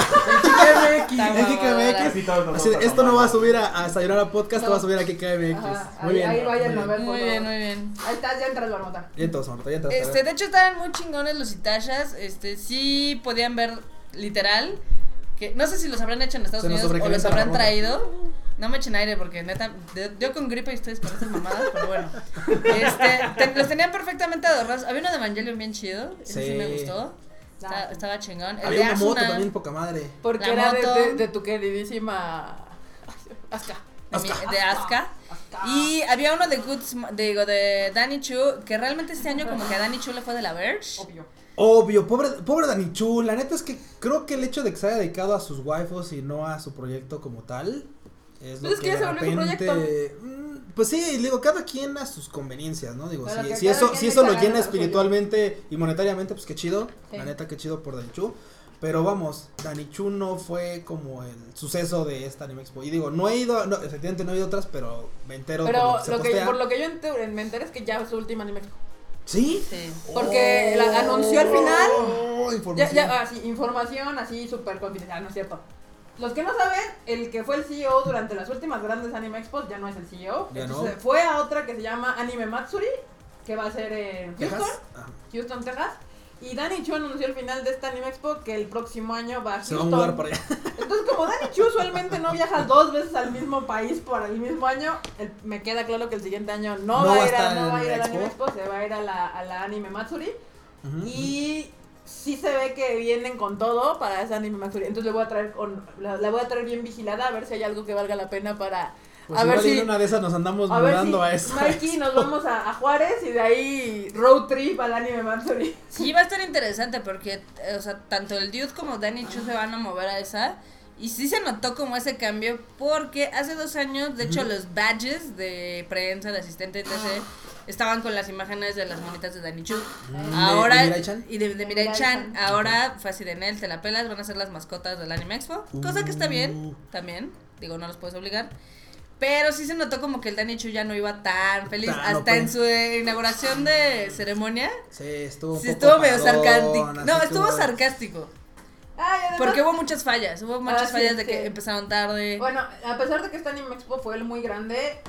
S1: En
S5: Está
S1: KKMX.
S2: Así todos nos
S1: Así de,
S2: vamos
S1: esto no va a
S2: amar.
S1: subir a, a Sayonara Podcast,
S4: No.
S1: lo va a subir a KKMX.
S4: Ajá,
S1: Muy
S4: ahí,
S1: bien.
S4: ahí vayan a ver. por
S5: Muy
S4: favor.
S5: bien, muy bien.
S4: Ahí estás, ya entras, marmota.
S1: Y entonces, Marta, ya entras.
S5: Este, de hecho estaban muy chingones los Itashas, este, sí podían ver literal, que no sé si los habrán hecho en Estados
S1: Se nos
S5: Unidos o los
S1: sobrecalienta la
S5: habrán
S1: ropa.
S5: traído. No me echen aire porque neta, de- yo con gripe y ustedes con estas mamadas, pero bueno. Este, te- los tenían perfectamente adornados. Había uno de Evangelion bien chido, ese sí,
S1: Sí.
S5: me gustó. Está-
S4: Ah.
S5: estaba chingón. El
S1: Había
S5: de
S1: una moto
S5: Asuna,
S1: también, poca madre.
S4: Porque
S5: La
S4: era de,
S5: moto.
S4: de- de tu queridísima. Asca.
S5: de mi- de Asuka. Y había uno de Good Sm- digo, de Danny Chu, que realmente este año como que a Danny Chu le fue de la Verge.
S4: Obvio.
S1: Obvio, pobre, pobre Dani Chu. La neta es que creo que el hecho de que se haya dedicado a sus waifus y no a su proyecto como tal. Es lo
S4: Pues es que
S1: que,
S4: ya se
S1: de
S4: volvió su
S1: repente. Mm, Pues sí, y digo, cada quien a sus conveniencias, ¿no? Digo,
S4: Pero
S1: si,
S4: que
S1: si
S4: cada
S1: eso,
S4: quien
S1: si
S4: le
S1: eso lo
S4: haga
S1: llena
S4: lo suyo.
S1: espiritualmente y monetariamente, pues qué chido.
S4: Sí.
S1: La neta, qué chido por Dani Chu. Pero vamos, Dani Chu no fue como el suceso de esta Anime Expo. Y digo, no he ido, no, efectivamente no he ido a otras, pero me entero por
S4: Pero
S1: se
S4: lo que,
S1: postea.
S4: por lo que yo ente- me enteré es que ya es su última anime.
S1: ¿Sí?
S5: Sí.
S4: Porque la- anunció al final.
S1: Oh,
S4: Ya,
S1: información.
S4: ya, así, información así súper confidencial, no es cierto. Los que no saben, el que fue el CEO durante las últimas grandes Anime Expos ya no es el CEO.
S1: Ya
S4: Entonces,
S1: no.
S4: Fue a otra que se llama Anime Matsuri, que va a ser en
S1: ¿Texas?
S4: Houston,
S1: Ah,
S4: Houston, Texas. Y Danny Chu anunció al final de esta Anime Expo que el próximo año va a
S1: se va a
S4: Houston.
S1: mudar para allá.
S4: Entonces, como Danny Chu usualmente no viaja dos veces al mismo país por el mismo año, el- me queda claro que el siguiente año no, va a ir a,
S1: estar
S4: no
S1: en
S4: va a ir a la
S1: Expo.
S4: Anime Expo, se va a ir a la, a la Anime Matsuri.
S1: Ujú.
S4: Y sí se ve que vienen con todo para esa anime Matsuri. Entonces le voy a traer con, la, la voy a traer bien vigilada a ver si hay algo que valga la pena para
S1: Pues
S4: a ver
S1: igual
S4: si-
S1: en una de esas nos andamos
S4: a ver si
S1: mudando Pues a eso.
S4: Mikey nos vamos a, a Juárez y de ahí road trip al anime Matsuri.
S5: Sí, va a estar interesante porque, eh, o sea, tanto el Dude como Danny Chu se van a mover a esa. Y sí se notó como ese cambio porque hace dos años, de hecho, los badges de prensa, de asistente, etc., estaban con las imágenes de las monitas de Danny Chu.
S1: Mm, de-
S5: Ahora,
S1: de Mirai-chan.
S5: y de, de
S4: De
S5: Mirai-chan,
S4: Mirai-chan.
S5: ahora fue así de Nel, te la pelas, van a ser las mascotas del Anime Expo. Cosa que está bien,
S1: Uh.
S5: también. Digo, no los puedes obligar. Pero sí se notó como que el Danny Chu ya no iba tan feliz.
S1: Tan
S5: hasta
S1: open.
S5: en su eh, inauguración de ceremonia.
S1: Sí, estuvo un
S5: Sí,
S1: poco
S5: estuvo medio
S1: parrón,
S5: sarcástico.
S1: así
S5: No, estuvo
S1: como-
S5: sarcástico.
S4: Ah, y además-
S5: Porque hubo muchas fallas. Hubo muchas
S4: Ah, sí,
S5: fallas de
S4: sí.
S5: que empezaron tarde.
S4: Bueno, a pesar de que esta anime expo fue el muy grande,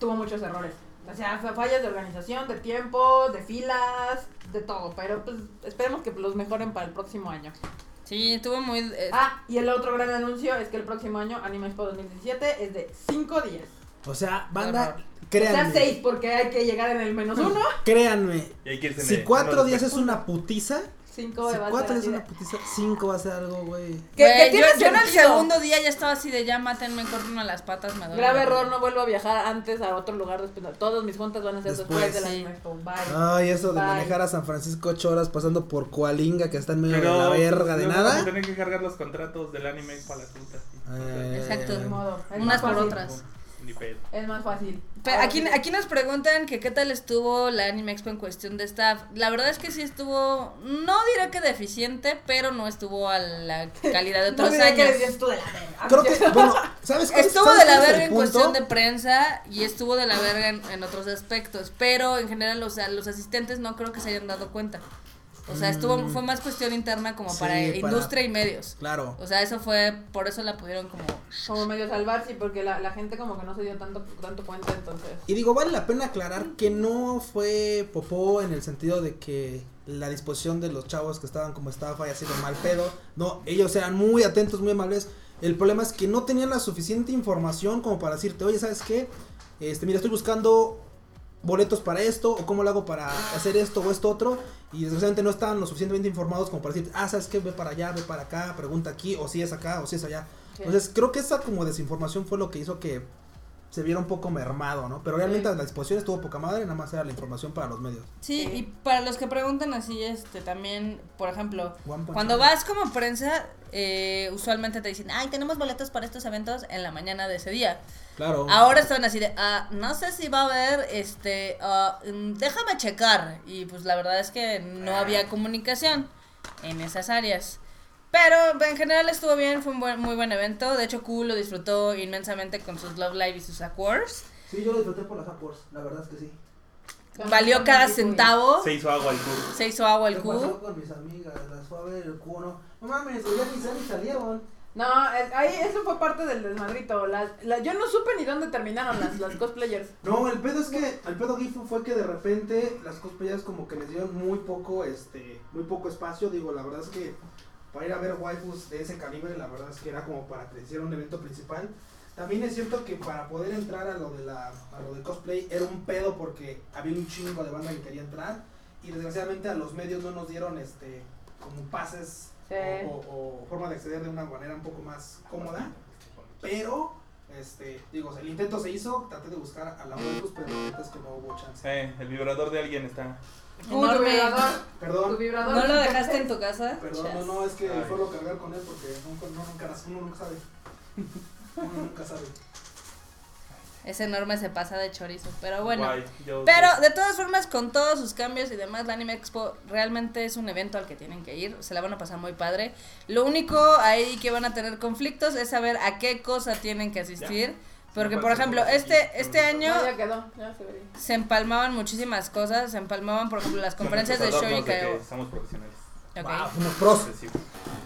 S4: tuvo muchos errores. O sea, fa- fallas de organización, de tiempo, de filas, de todo. Pero pues esperemos que los mejoren para el próximo año.
S5: Sí, estuvo muy. eh,
S4: Ah, y el otro gran anuncio es que el próximo año Anime Expo 2017 es de 5 días.
S1: O sea,
S5: Horror.
S1: banda,
S4: O sea,
S1: créanme.
S4: 6 porque hay que llegar en el menos 1.
S1: Créanme.
S2: Y hay que irse en
S1: Si
S2: el-
S1: cuatro
S2: uno
S1: días es
S2: después.
S1: una putiza,
S4: 5
S1: si
S4: de base.
S1: cuatro días es una putiza, cinco va a ser algo, güey.
S4: Que,
S5: güey,
S4: que
S5: yo,
S4: tiene
S5: yo en el
S4: sentido.
S5: segundo día ya estaba así de ya mátenme, cortenme las patas, me duele.
S4: Grave error, no vuelvo a viajar antes a otro lugar después. de- Todas mis juntas van a ser después,
S1: Después. Ah,
S4: de la
S5: Sí.
S4: Anime Expo. Bye.
S1: Ay, eso de
S4: Bye.
S1: manejar a San Francisco ocho horas pasando por Coalinga, que está en medio
S2: Pero
S1: de la verga de
S2: luego vamos a
S1: nada.
S2: tener que cargar los contratos del anime para las putas.
S1: Eh,
S5: Exacto.
S4: Ni modo, es
S5: Unas
S4: más
S5: por
S4: fácil.
S5: otras.
S2: Ni pedo.
S4: Es más fácil.
S5: Pero
S4: Ahora
S5: aquí,
S4: sí.
S5: aquí nos preguntan que qué tal estuvo la Anime Expo en cuestión de staff. La verdad es que sí estuvo, no diré que deficiente, pero no estuvo a la calidad de
S4: No
S5: otros
S4: diría que
S5: años.
S4: decías tú de la verga.
S1: Creo que, bueno, ¿sabes qué?
S5: Estuvo
S1: ¿Sabes
S5: de
S1: cuál
S5: la
S1: es el
S5: verga en
S1: punto?
S5: cuestión de prensa y estuvo de la verga en, en otros aspectos, pero en general los, a los asistentes no creo que se hayan dado cuenta. O sea, estuvo
S1: Mm.
S5: fue más cuestión interna como
S1: Sí,
S5: para
S1: para-
S5: industria y medios.
S1: Claro.
S5: O sea, eso fue, por eso la pudieron como...
S4: Como medio salvarse porque la, la gente como que no se dio tanto, tanto cuenta entonces.
S1: Y digo, vale la pena aclarar que no fue popó en el sentido de que la disposición de los chavos que estaban como estafa y así de mal pedo. No, ellos eran muy atentos, muy amables. El problema es que no tenían la suficiente información como para decirte, oye, ¿sabes qué? Este, mira, estoy buscando boletos para esto o cómo lo hago para hacer esto o esto otro. Y desgraciadamente no estaban lo suficientemente informados como para decir, ah, ¿sabes qué? Ve para allá, ve para acá, pregunta aquí, o si Pues es acá, o si es allá.
S4: Sí.
S1: Entonces creo que esa como desinformación fue lo que hizo que se viera un poco mermado, ¿no? Pero realmente la exposición estuvo poca madre, nada más era la información para los medios.
S5: Sí,
S4: Sí.
S5: y para los que preguntan así, este, también, por ejemplo,
S1: One Punch
S5: cuando
S1: Man.
S5: vas como prensa, eh, usualmente te dicen, ay, tenemos boletos para estos eventos en la mañana de ese día.
S1: Claro.
S5: Ahora están así de, "Ah, no sé si va a haber, este, ah, mm, déjame checar. Y pues la verdad es que
S1: Ah.
S5: no había comunicación en esas áreas. Pero en general estuvo bien, fue un buen- muy buen evento. De hecho, Q lo disfrutó inmensamente con sus Love Live y sus Accords.
S1: Sí, yo lo disfruté por las Upworks, la verdad es que sí.
S5: Valió cada centavo.
S2: Se hizo agua el curso.
S5: Se hizo agua el Q.
S1: con mis amigas? Las fue a ver el cuno. No mames, ya ni salieron.
S4: No, es- ahí eso fue parte del desmadrito. Las, la- yo no supe ni dónde terminaron las, las cosplayers.
S1: No, el pedo es que, el pedo gifo fue que de repente las cosplayers como que les dieron muy poco, este, muy poco espacio, digo, la verdad es que para ir a ver waifus de ese calibre, la verdad es que era como para que les hiciera un evento principal. También es cierto que para poder entrar a lo de la, a lo de cosplay era un pedo porque había un chingo de banda que quería entrar y desgraciadamente a los medios no nos dieron, este, como pases
S4: Sí.
S1: o- o, o forma de acceder de una manera un poco más cómoda. Pero, este, digo, el intento se hizo, traté de buscar a la Olympus, pero la neta es que no hubo chance.
S2: Eh, el vibrador de alguien está.
S4: Enorme.
S7: Tu vibrador. Tu
S1: Perdón,
S7: vibrador.
S5: ¿No lo dejaste en tu casa?
S1: perdón,
S5: Chas.
S1: no, no, es que
S2: Ay.
S1: fue lo cargar con él porque nunca, no, nunca, uno nunca sabe. Uno nunca sabe.
S5: Es enorme, se pasa de chorizo, pero bueno.
S2: Guay, yo-
S5: Pero de todas formas, con todos sus cambios y demás, la Anime Expo realmente es un evento al que tienen que ir. Se la van a pasar muy padre. Lo único ahí que van a tener conflictos es saber a qué cosa tienen que asistir. Porque,
S2: Me
S5: por
S2: parece
S5: ejemplo,
S2: muy
S5: este,
S2: sencillo.
S5: este
S4: No,
S5: año
S4: ya quedó, ya se vería.
S5: se empalmaban muchísimas cosas. Se empalmaban, por ejemplo, las
S2: Con
S5: conferencias de
S2: nuestros
S5: Shoji
S2: adornos de
S5: Kao.
S2: que Somos profesionales.
S5: Ok.
S1: Ah, unos pros.
S2: Sí.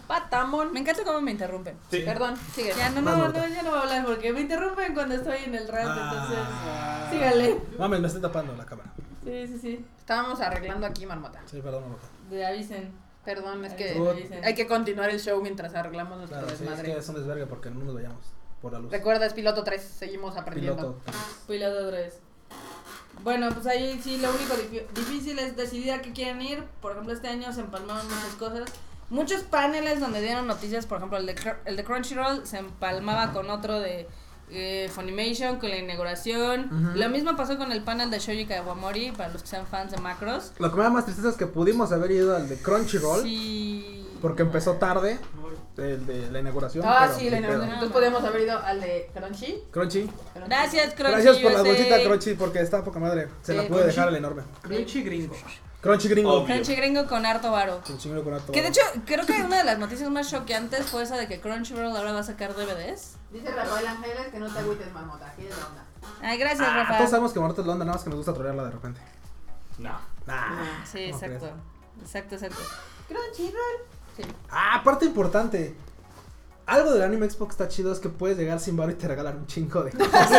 S4: Patamón.
S5: Me encanta cómo me interrumpen.
S2: Sí.
S4: Perdón, sigue.
S5: Ya no,
S1: Más
S5: no,
S1: nota.
S5: no, ya no voy a hablar porque me interrumpen cuando estoy en el rant,
S1: Ah.
S5: entonces. Sígale.
S1: Mames, me estoy tapando la cámara.
S5: Sí, sí, sí.
S4: Estábamos arreglando aquí, marmota.
S1: Sí, perdón, no,
S5: De avisen.
S4: Perdón, es que
S1: Tú-
S4: hay que continuar el show mientras arreglamos nuestro
S1: Claro, sí, es
S4: desmadre.
S1: que es un desvergue porque no nos veíamos por la luz.
S4: Recuerda, es piloto 3, seguimos aprendiendo.
S1: Piloto.
S5: Piloto 3. Bueno, pues ahí sí lo único difi- difícil es decidir a qué quieren ir. Por ejemplo, este año se empalmaron muchas cosas. Muchos paneles donde dieron noticias, por ejemplo, el de, Cr- el de Crunchyroll se empalmaba con otro de eh, Funimation, con la inauguración.
S1: Ujú.
S5: Lo mismo pasó con el panel de Shoji Kawamori, para los que sean fans de Macros.
S1: Lo que me da más tristeza es que pudimos haber ido al de Crunchyroll
S5: Sí.
S1: porque empezó tarde el de la inauguración.
S4: Ah,
S1: pero
S4: sí, la
S1: ni pedo.
S4: inauguración. Entonces podíamos haber ido al de Crunchy.
S1: Crunchy.
S4: Crunchy.
S5: Gracias, Crunchy.
S1: Gracias por la
S5: USA.
S1: bolsita Crunchy porque está poca madre. Se
S4: Sí,
S1: la pude
S4: Crunchy.
S1: dejar al enorme.
S3: Crunchy gringo.
S1: Crunchy gringo.
S2: Obvio.
S5: Crunchy gringo con harto varo.
S1: Crunchy gringo con harto
S5: Que de
S1: varo.
S5: hecho, creo que una de las noticias más choqueantes fue esa de que Crunchyroll ahora va a sacar DVDs.
S7: Dice Rafael Ángeles que no te agüites, marmota. Aquí es la onda.
S5: Ay, gracias,
S1: Ah,
S5: Rafa.
S1: Todos sabemos que Marta es la onda, nada más que nos gusta trolearla de repente.
S2: No.
S1: Nah.
S5: Sí,
S1: ¿Cómo
S5: exacto.
S1: crees?
S5: Exacto, exacto.
S1: Ah, parte importante. Algo del Anime Expo que está chido es que puedes llegar sin barro y te regalan un chingo de cosas.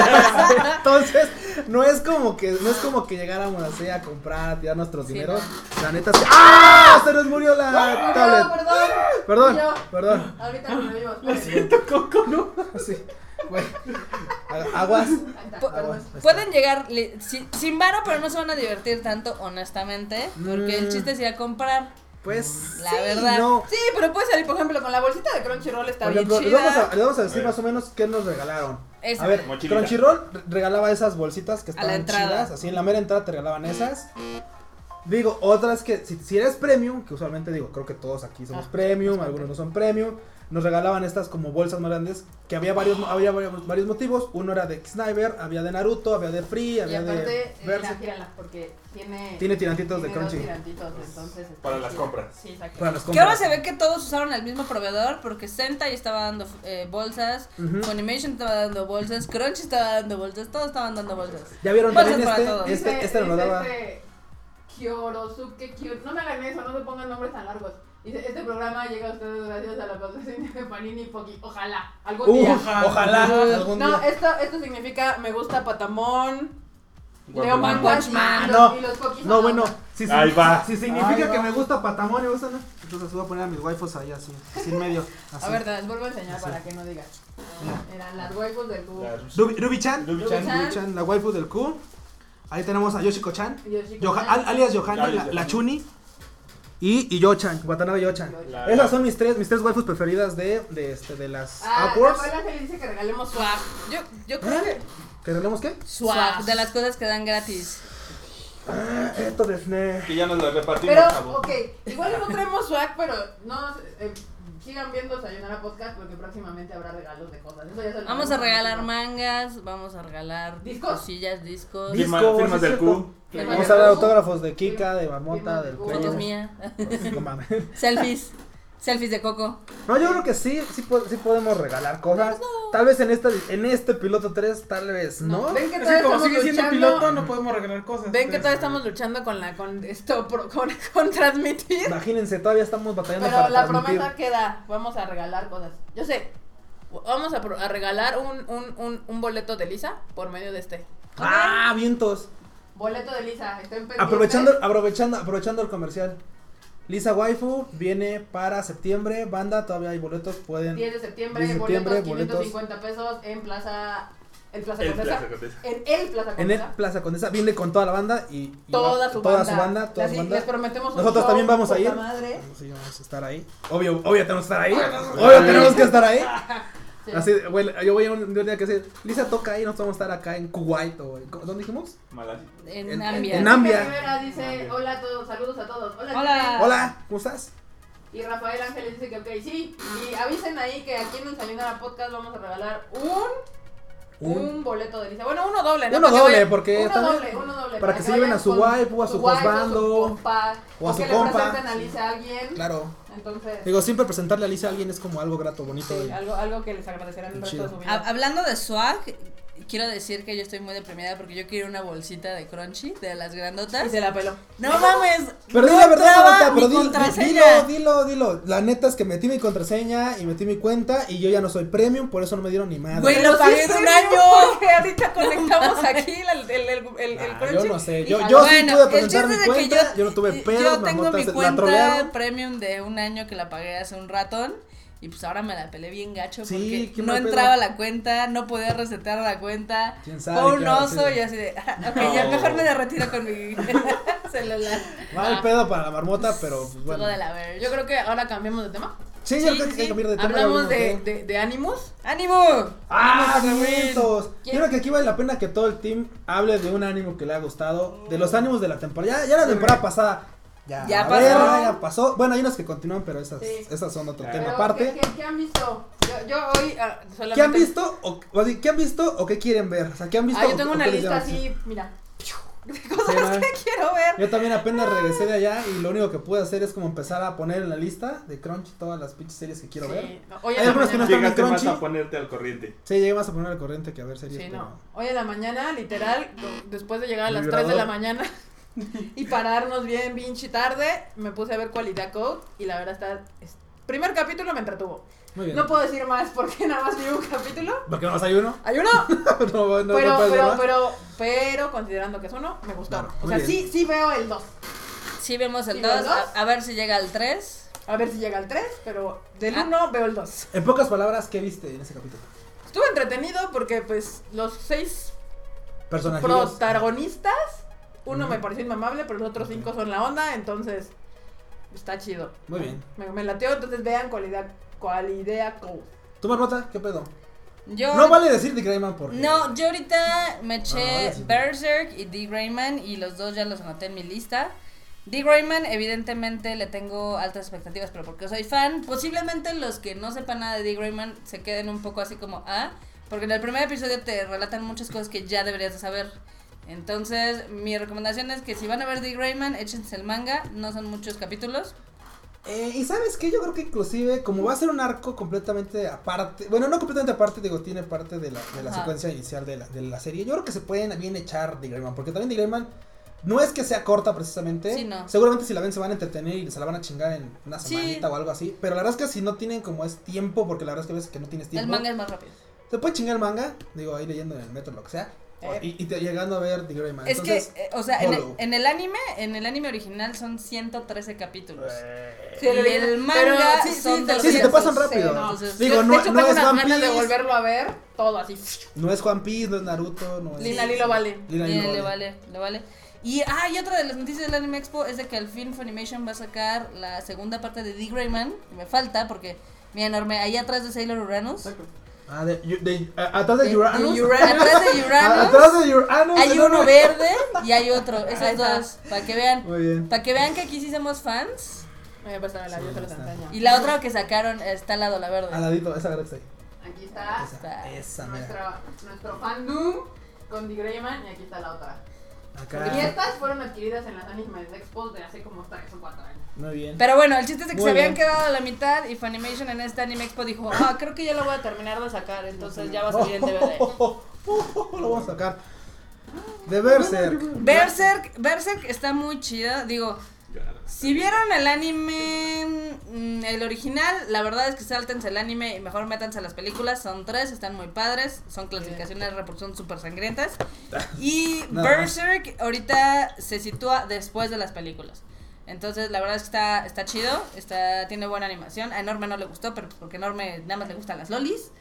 S1: Entonces, no es como que no es como que llegáramos así a comprar, a tirar nuestros
S5: Sí,
S1: dineros. La neta se... ¡Ah! Se nos murió la
S7: Perdón,
S1: tablet.
S7: perdón.
S1: Perdón,
S7: yo.
S1: perdón.
S7: Ahorita pues, no lo vivo. espérenme.
S1: Así. Güey. Ag- Aguas.
S7: Ahí está,
S5: Pu-
S7: perdón.
S1: Aguas.
S5: Pueden llegar li- si- sin varo, pero no se van a divertir tanto, honestamente. Porque
S1: Mm.
S5: el chiste es ir a comprar.
S1: Pues.
S5: La
S1: sí,
S5: verdad.
S1: No.
S4: Sí, pero puedes salir, por ejemplo, con la bolsita de Crunchyroll está
S1: Por
S4: bien
S1: ejemplo, les
S4: chida.
S1: vamos a, les vamos a
S2: A
S1: decir
S2: ver.
S1: más o menos qué nos regalaron.
S5: Esa.
S1: A ver,
S2: Mochilita.
S1: Crunchyroll re- regalaba esas bolsitas que
S5: la
S1: estaban
S5: entrada.
S1: chidas. Así en la mera entrada te regalaban esas. Digo, otras que si, si eres premium, que usualmente digo, creo que todos aquí somos
S5: Ah,
S1: premium, algunos no son premium. Nos regalaban estas como bolsas más grandes. Que había varios, había varios, varios motivos. Uno era de Sniper, había de Naruto, había de Free,
S7: Y
S1: había
S7: aparte,
S1: de
S7: eh,
S1: Berserk.
S7: mira, gírala, porque tiene.
S1: Tiene tirantitos de
S7: tiene dos
S1: Crunchy.
S7: tirantitos, entonces está
S2: Para las
S7: chida.
S2: compras.
S7: Sí, exacto.
S1: Para las
S5: Que ahora
S1: compras.
S5: se ve que todos usaron el mismo proveedor porque Sentai estaba dando eh, bolsas,
S1: Ujú.
S5: Funimation estaba dando bolsas, Crunchy estaba dando bolsas, todos estaban dando bolsas.
S1: Ya vieron
S5: Bolsas
S1: también
S5: para
S1: este.
S5: todos.
S1: Este,
S7: Dice-
S1: este nos lo
S7: dice
S1: daba.
S7: este Kyorosuke Kyo- No me hagan eso, no se pongan nombres tan largos. Dice, este programa llega a ustedes gracias a la patrocinio de Panini y Poki. Ojalá, algún
S1: Uh,
S7: día.
S1: ojalá. algún
S4: No,
S1: día.
S4: esto, esto significa me gusta Patamón. Leo
S2: Guapetón.
S4: Man
S7: Guapetón.
S4: Watchman.
S7: Y los-
S1: No,
S7: y los Pokis
S1: No,
S7: son
S1: bueno,
S7: otros.
S1: si, si-
S2: Ahí va.
S1: si significa
S4: Ahí
S1: que
S4: va.
S1: me gusta patamón y gusta, ¿no? Entonces voy a poner a mis waifus ahí así, sin medio. Así.
S4: A ver, te las vuelvo a enseñar para que no digas.
S7: Eran las huevos del cubo.
S2: Las-
S1: Ruby, Ruby-chan,
S2: Ruby-chan.
S1: Ruby-chan, la waifu del Q. Ahí tenemos a Yoshiko-chan,
S7: Y Yoshiko
S1: Yoha-
S7: Chan.
S1: al- alias Johanna,
S2: Alias
S1: la, la
S2: Johanna.
S1: Chuni. Y, y Yochan, Watanabe Yochan.
S2: La-
S1: Esas son mis tres, mis tres waifus preferidas de, de, este, de las
S4: Ah,
S1: Upwards.
S4: Rafaela le dice que regalemos swag.
S5: Yo, yo creo que.
S1: ¿Que tenemos ¿Eh? qué?
S5: Swag, de las cosas que dan gratis.
S1: Ah, Esto de Sne.
S2: Que ya nos las repartimos,
S4: Pero,
S2: chavo.
S4: ok, igual no traemos swag, pero
S7: No, eh, sigan viendo Sayonara Podcast porque próximamente habrá regalos de cosas. Eso ya se lo
S5: Vamos a
S7: digo.
S5: regalar mangas, vamos a regalar
S7: ¿Discos?
S5: cosillas, discos,
S1: Dis-
S2: Firma-
S1: Disco,
S2: firmas
S1: sí,
S2: del
S1: cierto.
S2: Q.
S7: Firma
S1: Vamos
S7: de
S1: a dar
S7: Q.
S1: autógrafos de Kika, de Marmota, del
S7: Firma de
S5: fotos
S7: Q.
S5: mías,
S1: No mames.
S5: selfies, selfies de Coco.
S1: No, yo creo que sí, sí, po- sí podemos regalar
S4: Pues
S1: cosas. Tal vez en esta, en este piloto 3, tal vez no.
S4: ven que
S3: Es que
S4: todavía
S3: como
S4: estamos
S3: sigue siendo
S4: luchando.
S3: piloto, no podemos regalar cosas.
S4: Ven que
S3: pero-
S4: todavía estamos luchando con la con esto pro- con, con transmitir.
S1: Imagínense, todavía estamos batallando
S4: Pero
S1: para
S4: la
S1: transmitir.
S4: promesa queda, vamos a regalar cosas. Yo sé, vamos a, pro- a regalar un, un, un, un boleto de Lisa por medio de este.
S1: Ah, vientos.
S7: Boleto de Lisa, estoy pendiente.
S1: Aprovechando, aprovechando, aprovechando el comercial. Lisa Waifu viene para septiembre. Banda, todavía hay boletos. Pueden.
S7: 10 de septiembre,
S1: 10 de septiembre,
S7: boletos 550 pesos en Plaza. En Plaza
S2: El
S7: Condesa.
S2: Plaza Condesa.
S7: En el
S1: En
S7: Plaza
S1: el
S7: Condesa.
S1: Plaza Condesa. Viene con toda la banda y. y va-
S4: Toda su
S1: toda
S4: banda.
S1: su banda. Toda
S4: Así,
S1: su banda.
S4: Les prometemos un
S1: Nosotros
S4: show,
S1: también vamos a
S4: poca
S1: ir.
S4: madre.
S1: Pues Sí, vamos a estar ahí. Obvio, obvio tenemos que estar ahí. Obvio
S2: Obvio.
S1: tenemos que estar ahí.
S7: Sí.
S1: Así, güey, yo voy a un, un día que decir, Lisa toca ahí, nos vamos a estar acá en Kuwait o en- ¿dónde dijimos?
S2: Malas.
S5: En,
S1: En-
S5: Ambia.
S1: en Am- Nambia.
S7: Rivera dice:
S2: Nambia.
S7: Hola a todos, saludos a todos. Hola.
S5: Hola.
S7: chicas.
S1: Hola, ¿cómo estás?
S7: Y Rafael Ángeles dice que ok, sí. Y avisen ahí que aquí en Desayunara Podcast vamos a regalar un,
S1: Un-
S7: un, boleto de Lisa. Bueno,
S4: Bueno, uno doble, ¿no?
S1: Uno
S4: Porque
S1: doble,
S4: voy-
S1: porque
S7: uno
S1: también-
S7: doble, uno doble.
S1: para que se lleven
S7: vayan
S1: a su
S7: con
S1: waifu, a su
S7: waifu,
S1: husbando,
S7: compa,
S1: o a su
S7: que
S1: compa.
S7: le presenten a Lisa a alguien.
S1: Claro.
S7: Entonces,
S1: Digo, siempre presentarle a Lisa a alguien es como algo grato, bonito.
S4: Sí,
S1: y-
S4: algo, algo que les agradecerán el resto
S1: Chido.
S4: de su vida.
S5: Ha- Hablando de swag, quiero decir que yo estoy muy deprimida porque yo quiero una bolsita de crunchy, de las
S4: y
S5: grandotas.
S4: se la peló.
S5: No mames,
S1: Pero
S5: no
S1: di la verdad,
S5: traba
S1: Blanca, pero
S5: mi
S1: di- di-
S5: contraseña.
S1: dilo, dilo, dilo. La neta es que metí mi contraseña y metí mi cuenta y yo ya no soy premium, por eso no me dieron ni madre.
S5: Güey,
S4: Pero
S5: lo
S4: sí
S5: pagué
S4: es
S5: en un
S4: premium,
S5: año.
S4: Porque ahorita conectamos aquí la- el, el, el, el,
S1: Ah,
S4: crunchy.
S1: yo no sé, yo,
S4: Y-
S1: yo sí
S5: Bueno,
S1: pude
S5: el
S1: presentar
S5: chiste
S1: mi
S5: es de que
S1: cuenta, yo, no tuve pedos,
S5: Yo
S1: me
S5: tengo mi
S1: la trolearon.
S5: cuenta premium de un año que la pagué hace un ratón. Y pues ahora me la pelé bien gacho
S1: Sí, qué
S5: porque no
S1: mal pedo.
S5: entraba la cuenta, no podía resetear la cuenta.
S1: ¿Quién sabe
S5: Fue un
S1: qué habrá
S5: oso
S1: sido?
S5: y así de, ah, ok, ya
S2: No.
S5: mejor me derretiro con mi celular.
S1: Mal pedo para la marmota, pero pues, bueno.
S5: Todo de la verga.
S4: Yo creo que ahora cambiamos de tema.
S1: Sí, yo creo que hay que cambiar de tema. ya
S4: Hablamos de,
S1: hablamos
S4: de, de Animus.
S5: ¡Ánimo!
S1: ¡Ah,
S5: ¡Ánimo, Samuel!
S1: momentos! Yo creo que aquí vale la pena que todo el team hable de un ánimo que le ha gustado, de los ánimos de la temporada. Ya, ya la temporada pasada. Ya,
S5: Ya
S1: la
S5: pasó.
S1: verga, ya pasó. Bueno, hay unas que continúan, pero esas,
S7: Sí.
S1: esas son otro
S2: Pero
S1: tema
S7: pero,
S1: aparte.
S7: ¿qué, qué, qué han visto?
S4: Yo, yo hoy ah, solamente.
S1: ¿Qué han visto o, o así, qué han visto o qué quieren ver? O sea, ¿qué han visto?
S4: Ah, yo
S1: o-
S4: tengo
S1: o
S4: una
S1: qué les
S4: lista
S1: llama la
S4: así, mira.
S1: atención? Sí, ¿no?
S4: Quiero ver.
S1: Yo también apenas regresé de allá y lo único que pude hacer es como empezar a poner en la lista de Crunch todas las pinches series que quiero
S4: Sí,
S1: ver.
S4: no, Hoy
S1: Hay
S4: en la
S1: algunas que no están
S4: mañana.
S1: en
S2: Llegaste más
S1: Crunchy.
S2: a ponerte al corriente.
S1: Sí, llegué más a poner al corriente que a ver series.
S4: Sí,
S1: pero-
S4: no. Hoy en la mañana, literal, después de llegar a las
S1: Vibrador.
S4: 3 de la mañana y pararnos bien, pinche tarde, me puse a ver Cualidad Code y la verdad está. es- primer capítulo me entretuvo.
S1: Muy bien.
S4: No puedo decir más porque nada más vi un capítulo.
S1: ¿Por qué no vas a ir uno?
S4: Hay uno,
S1: no, no, no
S4: pero,
S1: puedes
S4: pero,
S1: llevar.
S4: pero, pero, considerando que es uno, me gustó.
S1: Claro,
S4: o
S1: muy
S4: sea,
S1: bien.
S4: sí, sí veo el 2.
S5: Sí, vemos
S4: ¿Y
S5: el 2.
S4: los dos?
S5: A, a ver si llega al 3.
S4: A ver si llega al 3, pero del
S5: Ah.
S4: 1 veo el 2.
S1: En pocas palabras, ¿qué viste en ese capítulo?
S4: Estuvo entretenido porque, pues, los seis
S1: Personajes.
S4: protagonistas, uno
S1: Ujú.
S4: me pareció inmamable, pero los otros cinco son la onda, entonces está chido.
S1: Muy bien.
S4: Me, me lateó, entonces vean cualidad, cualidad code.
S1: ¿Tú, Marmota? ¿Qué pedo?
S5: Yo,
S1: No vale decir de Greyman porque.
S5: No, yo ahorita me eché
S1: ahora sí.
S5: Berserk y D. Grayman y los dos ya los anoté en mi lista. D. Grayman, evidentemente le tengo altas expectativas, pero porque soy fan, posiblemente los que no sepan nada de D. Grayman se queden un poco así como, ah, porque en el primer episodio te relatan muchas cosas que ya deberías de saber. Entonces, mi recomendación es que si van a ver D. Grayman, échense el manga, no son muchos capítulos.
S1: Eh, y sabes qué, yo creo que inclusive, como va a ser un arco completamente aparte, bueno, no completamente aparte, digo, tiene parte de la, de la
S5: Ajá.
S1: secuencia inicial de la, de la serie, yo creo que se pueden bien echar de Greyman, porque también de Greyman no es que sea corta precisamente,
S5: Sí, no.
S1: seguramente si la ven se van a entretener y se la van a chingar en una
S5: Sí.
S1: semanita o algo así, pero la verdad es que si no tienen como es tiempo, porque la verdad es que a veces que no tienes tiempo,
S5: El manga es más rápido.
S1: te puede chingar el manga, digo, ahí leyendo en el metro, lo que sea,
S4: Eh.
S1: y, y te- llegando a ver de Greyman.
S5: Es que,
S1: Entonces,
S5: eh, o sea, en el,
S1: follow.
S5: en el anime, en el anime original son 113 capítulos.
S4: Sí,
S5: Y
S4: le-
S5: el
S4: pero
S5: manga
S4: sí, sí,
S5: son de
S4: te-
S5: los
S1: Eh. sí, se te pasan
S5: 100,
S1: rápido.
S5: sí, entonces-
S1: Digo,
S4: Yo,
S1: no,
S4: de hecho,
S1: no
S4: tengo
S1: es
S4: unas
S1: One
S4: ganas de
S1: Piece,
S4: volverlo a ver todo así.
S1: no es One Piece, no es Naruto, no es...
S4: Lina Lilo vale.
S1: Lina
S5: Bien,
S1: Lilo
S5: le
S1: vale.
S5: vale, le vale. Y, ah, y otra de las noticias del Anime Expo es de que el Film Funimation va a sacar la segunda parte de The Greyman. Que me falta porque, mira, enorme, ahí atrás de Sailor Uranus.
S3: Exacto.
S1: Ah, de, de- a- atrás de Uranus.
S4: Y Uranus.
S5: Atrás de
S1: A-
S5: Uranus
S1: Atrás de Uranus.
S5: hay
S1: en
S5: uno
S1: una-
S5: verde y hay otro.
S4: Ahí
S5: Esos
S4: está.
S5: dos, para que vean.
S1: Muy bien.
S5: Para que vean que aquí sí somos fans.
S4: Me voy a pasar el labio,
S1: Sí,
S4: se los
S1: está.
S4: enseño.
S5: Y la otra que sacaron está al lado, la verde.
S1: Al ladito, esa grande está ahí.
S7: Aquí está
S5: Está.
S1: Esa, esa mera.
S7: nuestro, nuestro fandom con The Greyman y aquí está la otra. Y
S1: Acá.
S7: estas fueron adquiridas en las Anime Expos de hace como 3 o 4 años.
S1: Muy bien.
S5: Pero bueno, el chiste es de que
S1: Muy
S5: se habían
S1: bien.
S5: quedado a la mitad y Funimation en este Anime Expo dijo, ah, creo que ya lo voy a terminar de sacar, entonces ya va a salir en DVD.
S1: Oh, Lo vamos a sacar. De Berserk.
S5: Berserk, Berserk está muy chida, digo, si vieron el anime, mm, el original, la verdad es que sáltense el anime y mejor métanse a las películas, son tres, están muy padres, son clasificaciones de reproducción súper sangrientas. Y
S1: Nada más.
S5: Berserk ahorita se sitúa después de las películas. Entonces, la verdad es que está, está chido, está, tiene buena animación. A Enorme no le gustó, pero pues porque Enorme nada más le gustan las lolis.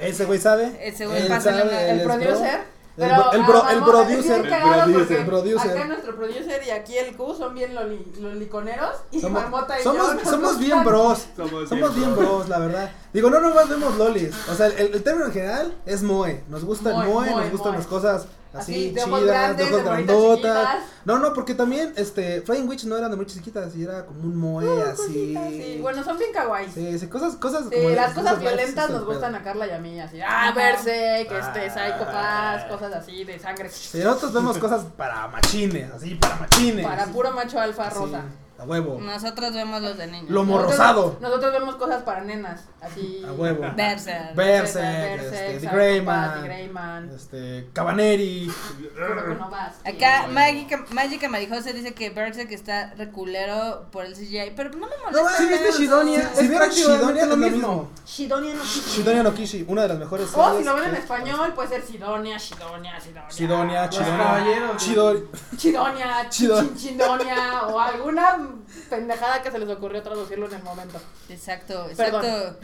S1: Ese güey sabe.
S5: Ese güey
S1: Él
S5: pásale
S1: sabe,
S5: una-
S1: él
S4: Ah, El
S1: es
S4: producer.
S1: El
S4: Pero,
S1: pro- el pro-
S4: ah,
S1: el
S4: vamos,
S1: producer.
S4: es que es
S2: El
S4: cagado
S2: producer.
S4: porque
S1: Producer.
S4: Acá nuestro producer y aquí el Q son bien loli- loliconeros. Y
S1: Somos,
S4: Marmota y yo
S1: somos,
S4: nos
S1: somos
S4: gustan.
S1: bien bros.
S2: Somos,
S1: Somos bien bros, la verdad. Digo, no nomás vemos lolis. O sea, el, el término en general es moe. Nos gusta el
S4: Moe,
S1: moe,
S4: moe,
S1: nos gustan
S4: moe.
S1: las cosas
S4: Así,
S1: así,
S4: de ojos
S1: chidas, de
S4: grandes,
S1: ojos
S4: de bolitas
S1: grandotas.
S4: chiquitas.
S1: No, no, porque también este Flying Witch no eran de muy chiquitas y era como un moe así.
S4: Ah, Sí, bueno, son bien kawaii. Sí,
S1: Sí, sí, cosas, cosas. como-
S4: las cosas
S1: verdes,
S4: violentas
S1: cosas
S4: nos gustan
S1: verdes.
S4: a Carla y a mí, así, ah, verse, que este, psicópatas, cosas así, de sangre,
S1: ah, Sí, nosotros vemos cosas para machines, así, para machines.
S4: para puro macho alfa
S1: Así,
S4: rosa.
S1: A huevo.
S5: Nosotros vemos los de niños.
S1: Lomo
S4: Nosotros-
S1: rosado.
S4: Nosotros vemos cosas para nenas, así.
S1: A huevo.
S5: Berserk.
S1: Berserk,
S4: Berserk,
S1: este, The
S4: Psychopath,
S1: Greyman.
S4: The Greyman.
S1: Este, Cabaneri.
S4: Creo que no vas.
S5: Acá Magica, Magica Marijose dice que Berserk está reculero por el CGI, pero no me molesta.
S1: Si viste Shidonia, si vieron Shidonia es lo mismo.
S5: Shidonia no
S1: Shidonia no Kishi, una de las mejores
S4: O Oh, si
S1: series
S4: lo ven en
S1: que-
S4: español, puede ser Sidonia, Sidonia, Sidonia.
S1: Shidonia,
S3: Los
S1: Shidonia,
S3: caballeros.
S1: Shidonia.
S4: Chidonia,
S1: Chido-
S4: Chin- Chindonia o alguna pendejada que se les ocurrió traducirlo en el momento.
S5: Exacto, exacto.
S4: Perdón.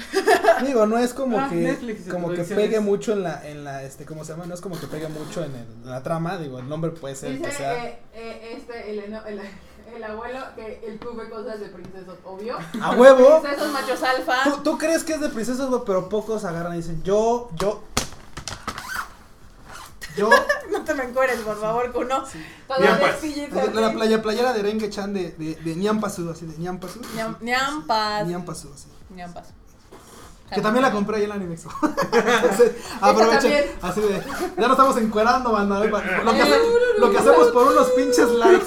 S1: Digo, no es como
S3: Ah,
S1: que
S3: Netflix y
S1: como que
S3: producciones.
S1: pegue mucho en la en la este cómo se llama, no es como que pegue mucho en, el- en la trama, digo, el nombre puede ser
S7: Dice
S1: que sea
S7: eh, eh, este, el, eno- el, el abuelo que él tuve cosas de princesos, obvio.
S1: a huevo.
S7: Princesos
S4: Esos
S7: machos.
S4: machos alfa.
S1: Tú, tú crees que es de princesas, güey, pero pocos agarran y dicen, "Yo, yo yo
S4: No te me encueres, por favor, Kuno.
S2: Bien,
S4: Todavía
S2: pues.
S4: es
S1: la,
S4: PG-13.
S1: la playa playera de Renge Chan de de, de Ñampasu, así de Ñampasu.
S4: Ñam- Ñampas.
S1: Ñampasu, así.
S4: Ñampas.
S1: Que también la compré ahí en Animex. Entonces, aprovechen.
S4: también.
S1: Así de. Ya nos estamos encuerando, banda. Lo que, hace- lo que hacemos por unos pinches likes.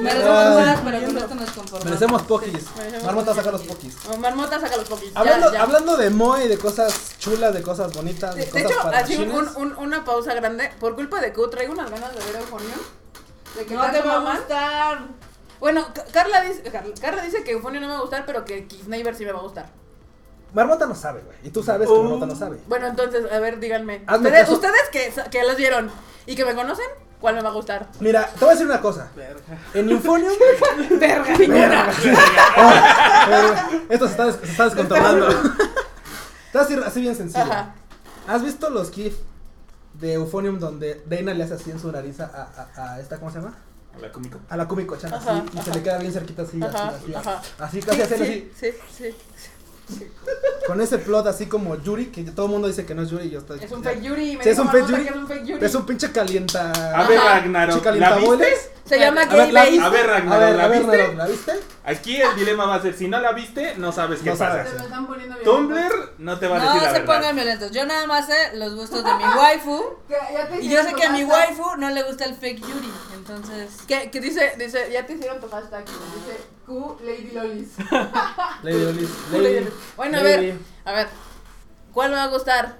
S5: Merecemos más, pero con esto nos conformamos.
S1: Merecemos pokis. Marmota saca los pokis.
S4: O Marmota saca los poquis. Ya,
S1: Hablando,
S4: ya.
S1: hablando de Moe y de cosas chulas, de cosas bonitas, de,
S4: De, de
S1: cosas
S4: hecho,
S1: para
S4: así un-
S1: chines.
S4: un- un- una pausa grande. Por culpa de Q, traigo unas ganas de ver Eufonio. De que
S5: No
S4: tanto
S5: te va a
S4: maman.
S5: gustar.
S4: Bueno, Ca- Carla dice, Carla, Carla dice que Eufonio no me va a gustar, pero que Kisneiver sí me va a gustar.
S1: Marmota no sabe, güey. Y tú sabes que
S2: Oh.
S1: Marmota no sabe.
S4: Bueno, entonces, a ver, díganme.
S1: Hazme
S4: Ustedes,
S1: caso.
S4: ustedes que, sa- que los vieron y que me conocen, ¿cuál me va a gustar?
S1: Mira, te voy a decir una cosa. En Infonium.
S4: Verga, ninguna.
S1: esto se está, des- se está descontrolando. te voy a decir así bien sencillo.
S4: Ajá.
S1: ¿Has visto los GIF de Euphonium donde Reina le hace así en su nariz a, a- a esta, ¿cómo se llama?
S2: Hola, cómico.
S1: A la Kumiko Chan, así,
S4: Ajá,
S1: y se
S4: ajá.
S1: le queda bien cerquita así,
S4: Ajá,
S1: así, así,
S4: ajá.
S1: así,
S4: Sí,
S1: casi hacer
S4: sí, sí, sí.
S1: así, con ese plot así como Yuri, que todo el mundo dice que no es Yuri, y yo estoy...
S4: Es un fake Yuri. Me
S1: Sí, es
S4: dijo
S1: un fake
S4: Marmota
S1: Yuri.
S4: que Es un fake Yuri.
S1: Es un pinche calienta...
S2: A ver,
S4: Ajá.
S2: Ragnarok,
S1: chica
S2: ¿la viste?
S1: calientaboiles.
S4: Se llama
S1: A ver,
S4: Gay
S1: la-
S4: Base.
S2: A ver,
S1: A
S2: Ragnarok,
S1: ver,
S2: ¿la
S1: a ver,
S2: viste?
S1: Ragnarok, ¿la viste?
S2: Aquí el dilema va a ser, si no la viste, no sabes qué
S1: No
S2: pasa.
S1: sabes.
S7: Se lo están poniendo bien.
S2: Tumblr no te va a decir
S5: No
S2: la
S5: se
S2: verdad.
S5: pongan violentos. Yo nada más sé los gustos de mi waifu.
S7: Que ya te
S5: Y yo sé
S7: hicieron
S5: que a mi
S7: tu hashtag.
S5: waifu no le gusta el fake Yuri. Entonces.
S4: Que, que dice, dice, ya
S7: Ya te hicieron tu hashtag. Dice Q Lady Lolis.
S1: Lady Lolis, Lady-
S4: Ah. Bueno, a
S1: Lady-
S4: ver, a ver. ¿Cuál me va a gustar?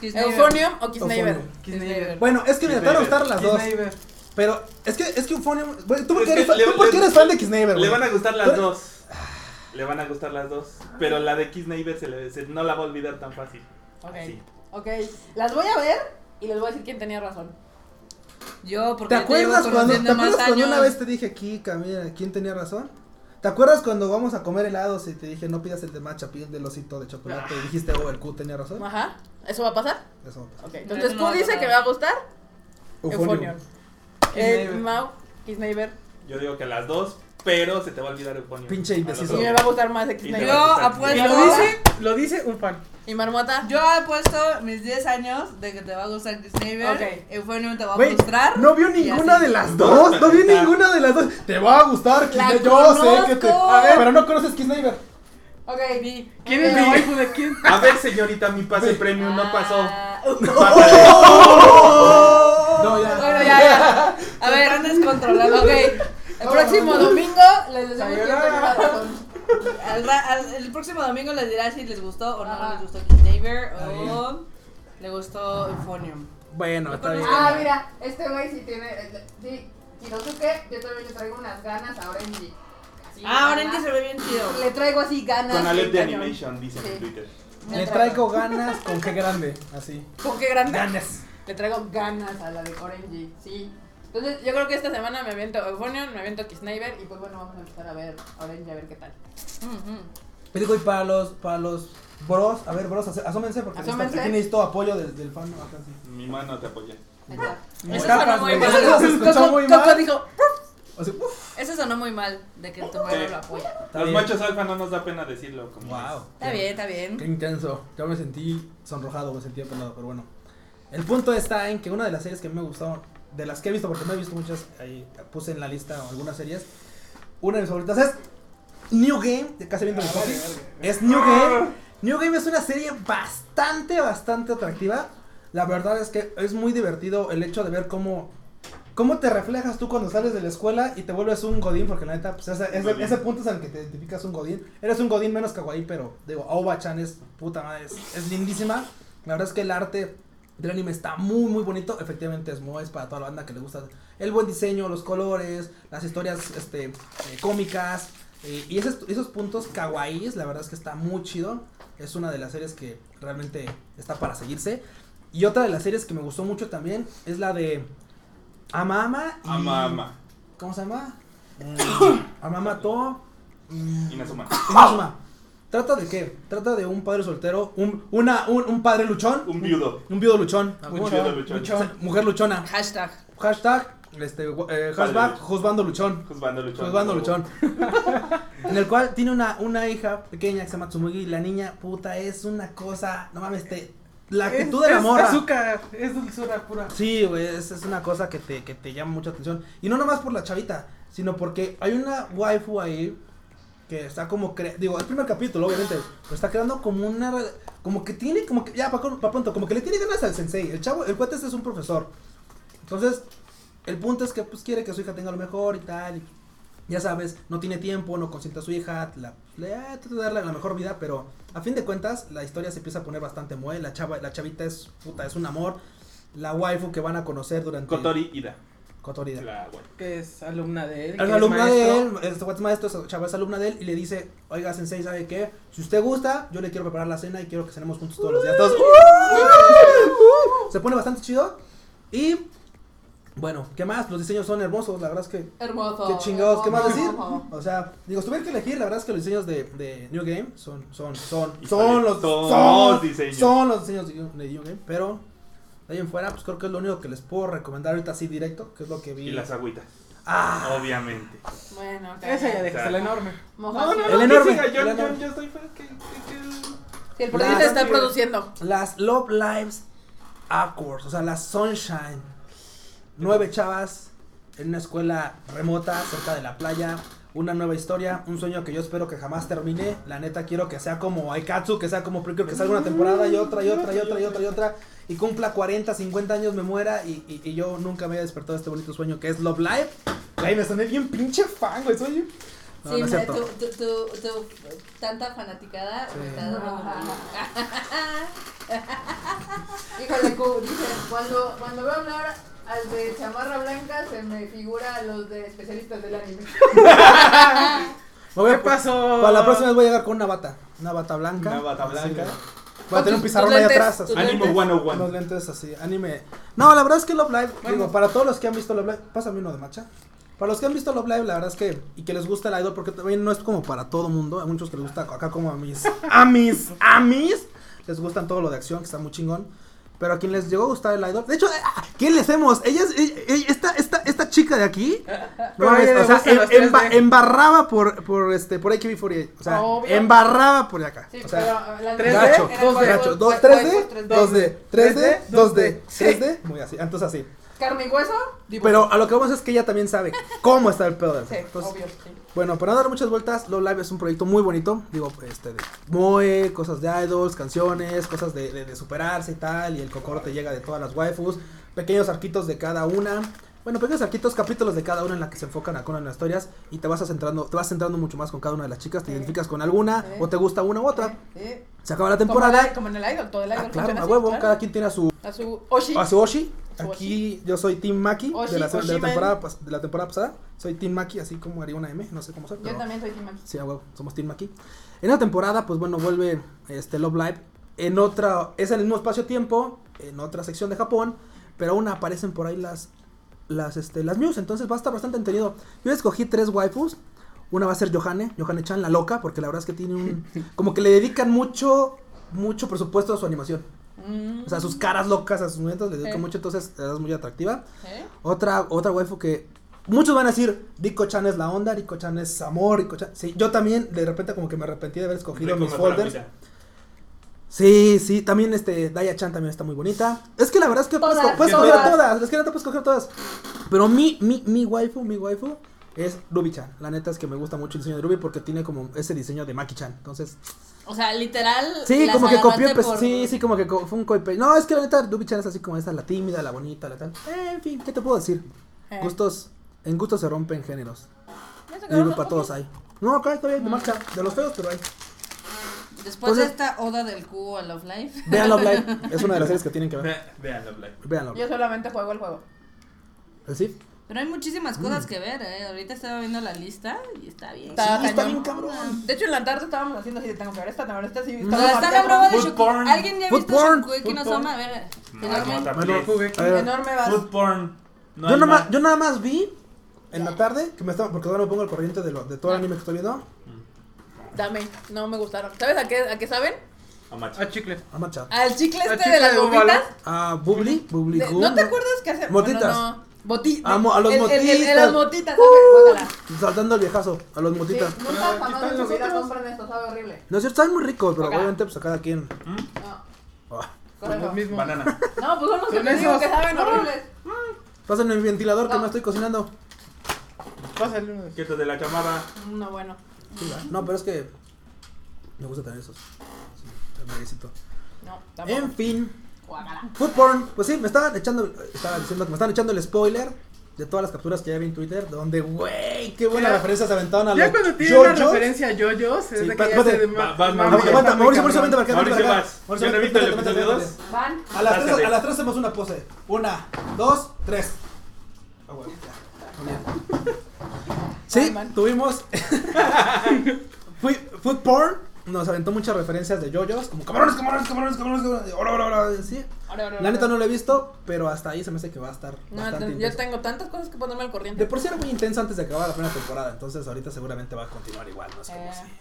S5: Disney-
S4: ¿Euphonium o Kisneiver?
S1: Euphonium.
S5: Disney-
S1: Bueno, es que mira, te van a gustar las dos,
S3: Kisneiver.
S1: pero es que, es que Euphonium, güey, tú
S2: Es
S1: porque
S2: que
S1: eres, fan-
S2: le-
S1: tú porque
S2: le-
S1: eres fan de Kisneiver,
S2: Le
S1: güey.
S2: van a gustar las
S1: Pero-
S2: dos. Le van a gustar las dos. Pero la de Kiss Neighbor se le- se- no la va a olvidar tan fácil.
S4: Ok,
S2: Así.
S4: ok. Las voy a ver y les voy a decir quién tenía razón.
S5: Yo, porque
S1: ¿Te
S5: yo llevo
S1: acuerdas, cuando, ¿te
S5: conociendo más
S1: acuerdas cuando
S5: años.
S1: una vez te dije aquí, mira, ¿quién tenía razón? ¿Te acuerdas cuando vamos a comer helados y te dije no pidas el de matcha, pide el del osito de chocolate? Y dijiste, oh, el Q tenía razón.
S4: Ajá. ¿Eso va a pasar?
S1: Eso va a pasar.
S4: Ok, entonces
S5: No,
S4: Q
S5: no,
S4: dice
S5: no.
S4: que me va a gustar.
S8: Euphonium.
S4: Eh,
S3: Kisneiber.
S4: Mau, Kisneiber.
S2: Yo digo que las dos, pero se te va a olvidar Euphonium.
S8: Pinche imbécil.
S4: Y me va a gustar más de Kisneiber.
S5: Yo apuesto.
S3: lo dice, lo dice un fan.
S4: ¿Y Marmota?
S5: Yo he puesto mis 10 años de que te va a gustar Chris Neighbor.
S4: Ok.
S5: Euphonium te va a
S1: Güey,
S5: frustrar.
S1: no vio
S5: y
S1: ninguna
S5: así.
S1: de las dos. No vio ninguna de las dos. Te va a gustar,
S5: La
S1: Kisneiber. Yo sé que te.
S5: conozco.
S1: A ver, pero no conoces Kisneiber.
S4: Ok.
S3: ¿Quién es la waifu de quién?
S2: A ver, señorita, mi pase premium no pasó.
S5: Ah,
S1: No, ya.
S5: Bueno, ya, ya. A ver, han descontrolado. Ok. El próximo domingo les decimos quién
S3: Sayonara.
S5: termina razón. Al ra- al- El próximo domingo les dirá si les gustó o no
S7: Ajá.
S5: les gustó Chris Neighbor o le gustó Euphonium.
S1: Bueno, está bien.
S7: Ah, mira, este güey sí tiene. eh, Sí, Kinosuke, yo también le traigo unas ganas a Orenji. Así,
S5: Ah, ahora
S7: ganas.
S5: se ve bien chido.
S4: Le traigo así ganas.
S2: Con Aleph de
S4: cañón.
S2: Animation, dicen
S4: Sí.
S2: en Twitter.
S4: Me
S1: Le traigo ganas con qué grande. Así.
S4: ¿Con qué grande?
S1: Ganas.
S4: Le traigo ganas a la de Orange, sí. Entonces, yo creo que esta semana me aviento Euphonium, me aviento Kisneiber y pues bueno, vamos a empezar a ver Orange a ver qué tal.
S5: Ujú.
S1: Pero Pues digo, y para los, para los bros, a ver, bros, as- asómense porque necesito-
S4: Asómense.
S1: aquí necesito apoyo del, del fan. Acá, sí.
S2: Mi mano te apoya.
S4: Ahí está.
S5: Eso
S1: Tapas,
S5: sonó muy
S1: güey.
S5: mal.
S1: Eso se escuchó
S5: Coco-
S1: muy
S5: Coco
S1: mal.
S5: dijo,
S1: O sea, uf,
S5: Eso sonó muy mal de que tu madre lo apoya.
S1: está
S2: Los
S1: bien.
S2: machos alfa no nos da pena decirlo. Como
S1: Wow.
S5: Está bien, está
S1: Qué
S5: bien.
S1: intenso. Yo me sentí sonrojado, me sentí apenado, pero bueno. El punto está en que una de las series que me gustaron, de las que he visto, porque no he visto muchas, ahí puse en la lista algunas series. Una de mis favoritas es New Game, de casi viendo mis copies. Es New Game. New Game es una serie bastante, bastante atractiva. La verdad es que es muy divertido el hecho de ver cómo, cómo te reflejas tú cuando sales de la escuela y te vuelves un godín, porque la neta, pues ese, ese-
S2: Godín.
S1: ese punto es al que te identificas un godín. Eres un godín menos kawaii, pero digo, Aoba-chan es puta madre, es, es lindísima. La verdad es que el arte del anime está muy, muy bonito. Efectivamente es muy, es para toda la banda que le gusta el buen diseño, los colores, las historias este, eh, cómicas. eh, y esos, esos puntos kawaiis, la verdad es que está muy chido. Es una de las series que realmente está para seguirse. Y otra de las series que me gustó mucho también es la de Ama Ama. y-
S2: Ama, ama.
S1: ¿Cómo se llama? Eh, Amama To. mm,
S2: Inazuma.
S1: Inazuma. ¿Trata de qué? Trata de un padre soltero, un, una, un, un padre luchón.
S2: Un viudo.
S1: Un viudo luchón.
S2: Un viudo luchón.
S1: O sea, Mujer luchona.
S5: Hashtag.
S1: Hashtag, este, eh, hashtag,
S2: luchón.
S1: juzbando luchón.
S2: Juzbando luchón.
S1: Juzbando luchón. en el cual tiene una, una hija pequeña que se llama Tsumugi. y La niña, puta, es una cosa. No mames, te, la actitud de la
S3: es
S1: morra.
S3: azúcar, es dulzura pura.
S1: Sí, güey, es, es una cosa que te, que te llama mucha atención. Y no nomás por la chavita, sino porque hay una waifu ahí que está como cre digo, el primer capítulo, obviamente, pero está creando como una re- como que tiene, como que, ya, para pronto, como que le tiene ganas al sensei. El chavo, el cuate este es un profesor. Entonces, el punto es que pues quiere que su hija tenga lo mejor y tal. y ya sabes, no tiene tiempo, no consiente a su hija, la, le eh, trata de darle la mejor vida, pero a fin de cuentas la historia se empieza a poner bastante mueve. La chava, la chavita es puta, es un amor. La waifu que van a conocer durante
S2: Kotori Ida.
S1: Kotori.
S2: La güey.
S3: Que es alumna de él.
S1: Es
S3: que
S1: una alumna de
S3: maestro.
S1: él, este cuate es maestro, esa chava es alumna de él y le dice, oiga sensei, ¿sabe qué? Si usted gusta, yo le quiero preparar la cena y quiero que cenemos juntos todos los días. Entonces, se pone bastante chido y bueno, ¿qué más? Los diseños son hermosos, la verdad es que
S4: Hermoso.
S1: Qué chingados, ¿qué más
S4: hermoso,
S1: decir?
S4: hermoso.
S1: O sea, digo, si tuviera que elegir, la verdad es que los diseños de, de New Game son, son, son,
S2: Híjole,
S1: son los,
S2: son
S1: son-
S2: los diseños.
S1: son los diseños de, New- de New Game, pero de ahí en fuera, pues creo que es lo único que les puedo recomendar ahorita así directo, que es lo que vi.
S2: Y las agüitas.
S1: Ah,
S2: Obviamente.
S4: Bueno, ok.
S3: Esa ya deja,
S2: Claro.
S3: es la enorme.
S4: Mojación.
S1: no. El enorme,
S2: que siga, Yo,
S1: el
S2: yo-
S1: enorme.
S2: yo estoy feliz que- que- que-
S4: Sí, el
S1: La-
S4: productor está produciendo.
S1: las Love Lives Awkward, o sea, las Sunshine. Nueve chavas en una escuela remota cerca de la playa. Una nueva historia, un sueño que yo espero que jamás termine. La neta quiero que sea como Aikatsu, que sea como Precure, que salga una temporada y otra y otra y otra y otra y otra. Y cumpla 40, 50 años, me muera y, y- y yo nunca me haya despertado de este bonito sueño que es Love Live. Güey, me soné bien pinche fan, güey, soy un- No,
S5: sí,
S1: no es
S5: me-
S1: cierto.
S5: tu, tu, tu, tu- tanta fanaticada
S1: Sí.
S5: me está dando como-
S7: Híjole, Q, dice, cuando, cuando veo hablar al de chamarra blanca se me figura a los de especialistas del anime.
S1: Me voy a-
S3: ¿Qué pasó?
S1: Para la próxima vez voy a llegar con una bata. Una bata blanca.
S2: Una bata blanca.
S1: Así. Voy a tener un pizarrón
S5: Tus
S1: ahí
S5: lentes,
S1: atrás.
S5: tus
S1: así.
S5: lentes.
S2: Ánimo
S1: Unos
S2: 101.
S1: lentes así, anime. No, la verdad es que Love Live,
S3: Bueno.
S1: digo, para todos los que han visto Love Live, pásame uno de macha. Para los que han visto Love Live, la verdad es que, y que les gusta el idol, porque también no es como para todo mundo, hay muchos que les gusta acá como a mis, a mis, a mis, les gustan todo lo de acción, que está muy chingón. Pero a quien les llegó a gustar el idol. De hecho, ah, ¿quién les hemos? Ella es- ella- ella- esta, esta, esta chica de aquí. no
S3: Pero a
S1: mames,
S3: ella le
S1: o sea,
S3: gustan
S1: em-
S3: los tres
S1: emba-
S3: D.
S1: embarraba por, por, este, por AKB48. O sea,
S4: Obvio.
S1: embarraba por acá.
S9: Sí,
S1: o sea,
S9: pero la
S3: ¿Tres D?
S1: gacho,
S4: Era
S3: dos D.
S4: cuerpo-
S1: gacho. Dos,
S4: cuerpo-
S1: 3D,
S4: cuerpo-
S1: 2D, 3D, 2D, 3D.
S3: 3D.
S1: Muy así, entonces así.
S4: Carne y hueso. dibujo.
S1: Pero a lo que vamos es que ella también sabe cómo está el pedo del
S4: Sí,
S1: juego. Entonces,
S4: obvio, sí.
S1: bueno, para no dar muchas vueltas, Love Live es un proyecto muy bonito. Digo, pues, este, de Moe, cosas de idols, canciones, cosas de, de- de superarse y tal. Y el cocoro te llega de todas las waifus. Pequeños arquitos de cada una. Bueno, pequeños arquitos, capítulos de cada una en la que se enfocan a una de las historias. Y te vas centrando, te vas centrando mucho más con cada una de las chicas. Te
S4: Sí.
S1: identificas con alguna
S4: Sí.
S1: o te gusta una u otra.
S4: Eh,
S1: Se acaba la
S4: Como,
S1: temporada.
S4: la- como en el idol, todo el idol
S1: Ah, claro,
S4: funciona
S1: a
S4: así,
S1: huevo.
S4: claro.
S1: Cada quien Ah, tiene a su,
S4: A su Oshi.
S1: a su Oshi.
S4: A su
S1: Aquí yo soy Team Maki
S4: Oshi,
S1: de, la, de, la
S4: Oshimen.
S1: temporada, pas- de la temporada pasada. Soy Team Maki, así como haría una M, no sé cómo ser.
S4: Yo
S1: pero-
S4: también soy Timaki.
S1: Sí, a huevo, somos Team aquí. En la temporada, pues bueno, vuelve este Love Live. En otra, es en el mismo espacio-tiempo, en otra sección de Japón, pero aún aparecen por ahí las las este las news, entonces va a estar bastante entretenido. Yo escogí tres waifus. Una va a ser Johanne, Johanne Chan, la loca, porque la verdad es que tiene un como que le dedican mucho mucho presupuesto a su animación. O sea, sus caras locas, a sus movimientos le dedican
S5: Sí.
S1: mucho, entonces es muy atractiva. Otra, otra waifu que muchos van a decir, Rico Chan es la onda, Rico Chan es amor, Rico Chan. Sí, yo también de repente como que me arrepentí de haber escogido mis folders. Sí, sí, también este, Daya Chan también está muy bonita. Es que la verdad es que puedes,
S4: Todas,
S1: co- puedes
S4: todas.
S1: escoger todas, es que no te puedes escoger todas. Pero mi, mi, mi waifu, mi waifu es Ruby Chan. La neta es que me gusta mucho el diseño de Ruby porque tiene como ese diseño de Maki Chan. Entonces,
S5: O sea, literal.
S1: Sí,
S5: las
S1: como que copió,
S5: agarraste
S1: pues,
S5: por-
S1: sí, sí, como que co- fue un copy. No, es que la neta, Dubichan es así como esa, la tímida, la bonita, la tal. Eh, en fin, ¿qué te puedo decir?
S5: Eh.
S1: Gustos, en gustos se rompen géneros.
S4: Ah,
S5: Ya se
S1: Y
S5: acabaron
S1: para
S5: los
S1: todos
S5: ojos.
S1: hay. No, acá está bien, de marcha, de los feos, pero hay.
S5: Después de
S1: Entonces-
S5: esta oda del cubo a Love Life.
S1: Vean Love Live, es una de las series que tienen que ver.
S2: Vean Love Live.
S1: Vean Love
S4: Yo
S1: Live.
S4: solamente juego el juego.
S1: ¿Sí?
S5: Pero hay muchísimas cosas que ver, ¿eh? Ahorita estaba viendo la lista y está bien.
S4: Mm. Está
S1: Sí, está bien
S4: cañón.
S1: cabrón.
S4: De hecho, en la tarde estábamos haciendo así de tengo que ver esta, tengo que ver esta, sí.
S5: O sea,
S4: Estaba
S5: está la broma de
S2: Food
S5: Shokugeki.
S2: porn.
S5: ¿Alguien ya ha
S1: Food
S5: visto
S1: porn.
S5: Shokugeki no
S3: Food porn.
S5: Soma? A ver, enorme.
S2: Marmota,
S1: Bueno,
S2: please.
S1: a ver,
S4: Enorme vas.
S1: Pues,
S2: Food porn. No
S1: yo,
S2: hay
S1: nada más,
S2: más.
S1: yo nada más vi en la tarde, que me estaba, porque ahora me pongo al corriente de, lo, de todo el anime que estoy viendo,
S4: Dame, no me gustaron. ¿Sabes a qué, a qué saben?
S2: A macho.
S3: A chicle.
S1: a Macha.
S4: Al chicle
S3: Al
S4: este
S3: chicle
S4: de las
S3: de
S4: bombitas.
S3: búfalo.
S1: A Bubli, Bubli
S4: Ah. De-
S1: Goo.
S4: ¿No te acuerdas que hace?
S1: Motitas.
S4: Bueno, no. Boti-
S1: A mo- a los
S4: el- el- el-
S1: motitas.
S4: A las motitas, a ver, guácala.
S1: Saltando el viejazo, a los motitas.
S9: Sí, nunca jamás
S3: están
S9: en su
S3: los
S9: vida
S3: otros.
S9: compran esto, sabe horrible.
S1: No es cierto, están muy ricos, pero
S4: Ok.
S1: obviamente pues a cada quien.
S9: No,
S2: ¿Mm?
S1: Ah.
S3: Con los
S9: correcto.
S3: mismos.
S2: Banana.
S9: No, pues son los que
S3: Son
S9: te digo
S3: esos.
S9: que saben horribles.
S1: Pásenme mi ventilador que
S9: No.
S1: me estoy cocinando.
S3: Pásale uno de esos.
S2: Quieto de la chamarra.
S4: No, bueno.
S1: Sí, va. No, pero es que me gusta tener esos. Sí, el merecito.
S4: No, tampoco.
S1: En fin,
S4: Guácala.
S1: food porn. Pues sí, me estaban echando, estaba diciendo que me estaban echando el spoiler de todas las capturas que ya vi en Twitter, donde güey, qué buenas
S3: Ya.
S1: referencias se aventaron a los
S3: Ya cuando tiene una
S1: yo-yos.
S3: referencia a yoyos, es
S1: Sí, pa-
S3: de que ya
S1: espérate.
S3: se de
S2: Va-
S3: ma-
S2: va-
S3: mama
S2: aguanta,
S3: muy
S1: aguanta, Mauricio,
S3: cabrón.
S1: Mauricio, vente para acá. vente
S2: Mauricio,
S1: para acá.
S2: vas.
S1: Mauricio,
S2: Yo no he
S1: vente,
S2: visto el
S1: vente, vente,
S2: episodio
S1: vente.
S9: Van.
S1: A las, tres,
S2: Pásate.
S1: a las tres hacemos una pose. Una, dos, tres. Ah, bueno, ya. Muy bien. Sí, tuvimos. Fui- Food porn. Nos aventó muchas referencias de yoyos. Como camarones, camarones, camarones, camarones. camarones, Hola, hola, hola. Sí.
S4: Ahora, ahora,
S1: La
S4: ahora.
S1: neta no lo he visto, pero hasta ahí se me hace que va a estar.
S4: No,
S1: bastante
S4: te- yo
S1: intenso.
S4: tengo tantas cosas que ponerme al corriente.
S1: De por sí era muy intensa antes de acabar la primera temporada. Entonces ahorita seguramente va a continuar igual. No es como
S4: Eh.
S1: si.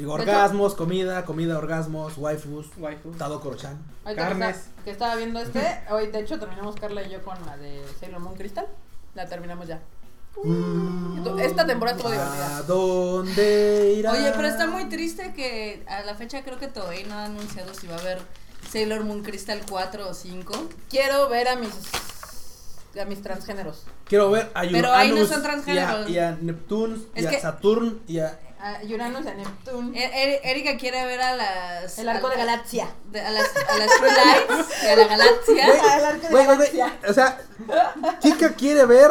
S1: Digo,
S4: De hecho-
S1: orgasmos, comida, comida, orgasmos, waifus,
S3: Waifu.
S1: Tado Corochan.
S4: Ahorita
S3: Carnes.
S4: Que, está- que estaba viendo este, hoy de hecho terminamos Carla y yo con la de Sailor Moon Crystal. La terminamos ya. Esto- Mm. Esta temporada
S1: ¿A
S4: estuvo divertida.
S1: dónde irá?
S5: Oye, pero está muy triste que a la fecha creo que Toei no ha anunciado si va a haber Sailor Moon Crystal 4 o 5.
S4: Quiero ver a mis a mis transgéneros.
S1: Quiero ver a
S5: Pero ahí no
S1: Uranus
S5: son transgéneros.
S1: Y a, y a Neptune,
S5: Es
S1: y a
S5: que-
S1: Saturn, y a...
S4: A Uranus y a Neptune.
S5: E- E- Erika quiere ver a las.
S4: El arco de galaxia.
S5: de- a las, a las True Lights, a la galaxia.
S4: Ah, El arco de
S1: Güey, güey, güey,
S4: galaxia.
S1: O sea, Kika quiere ver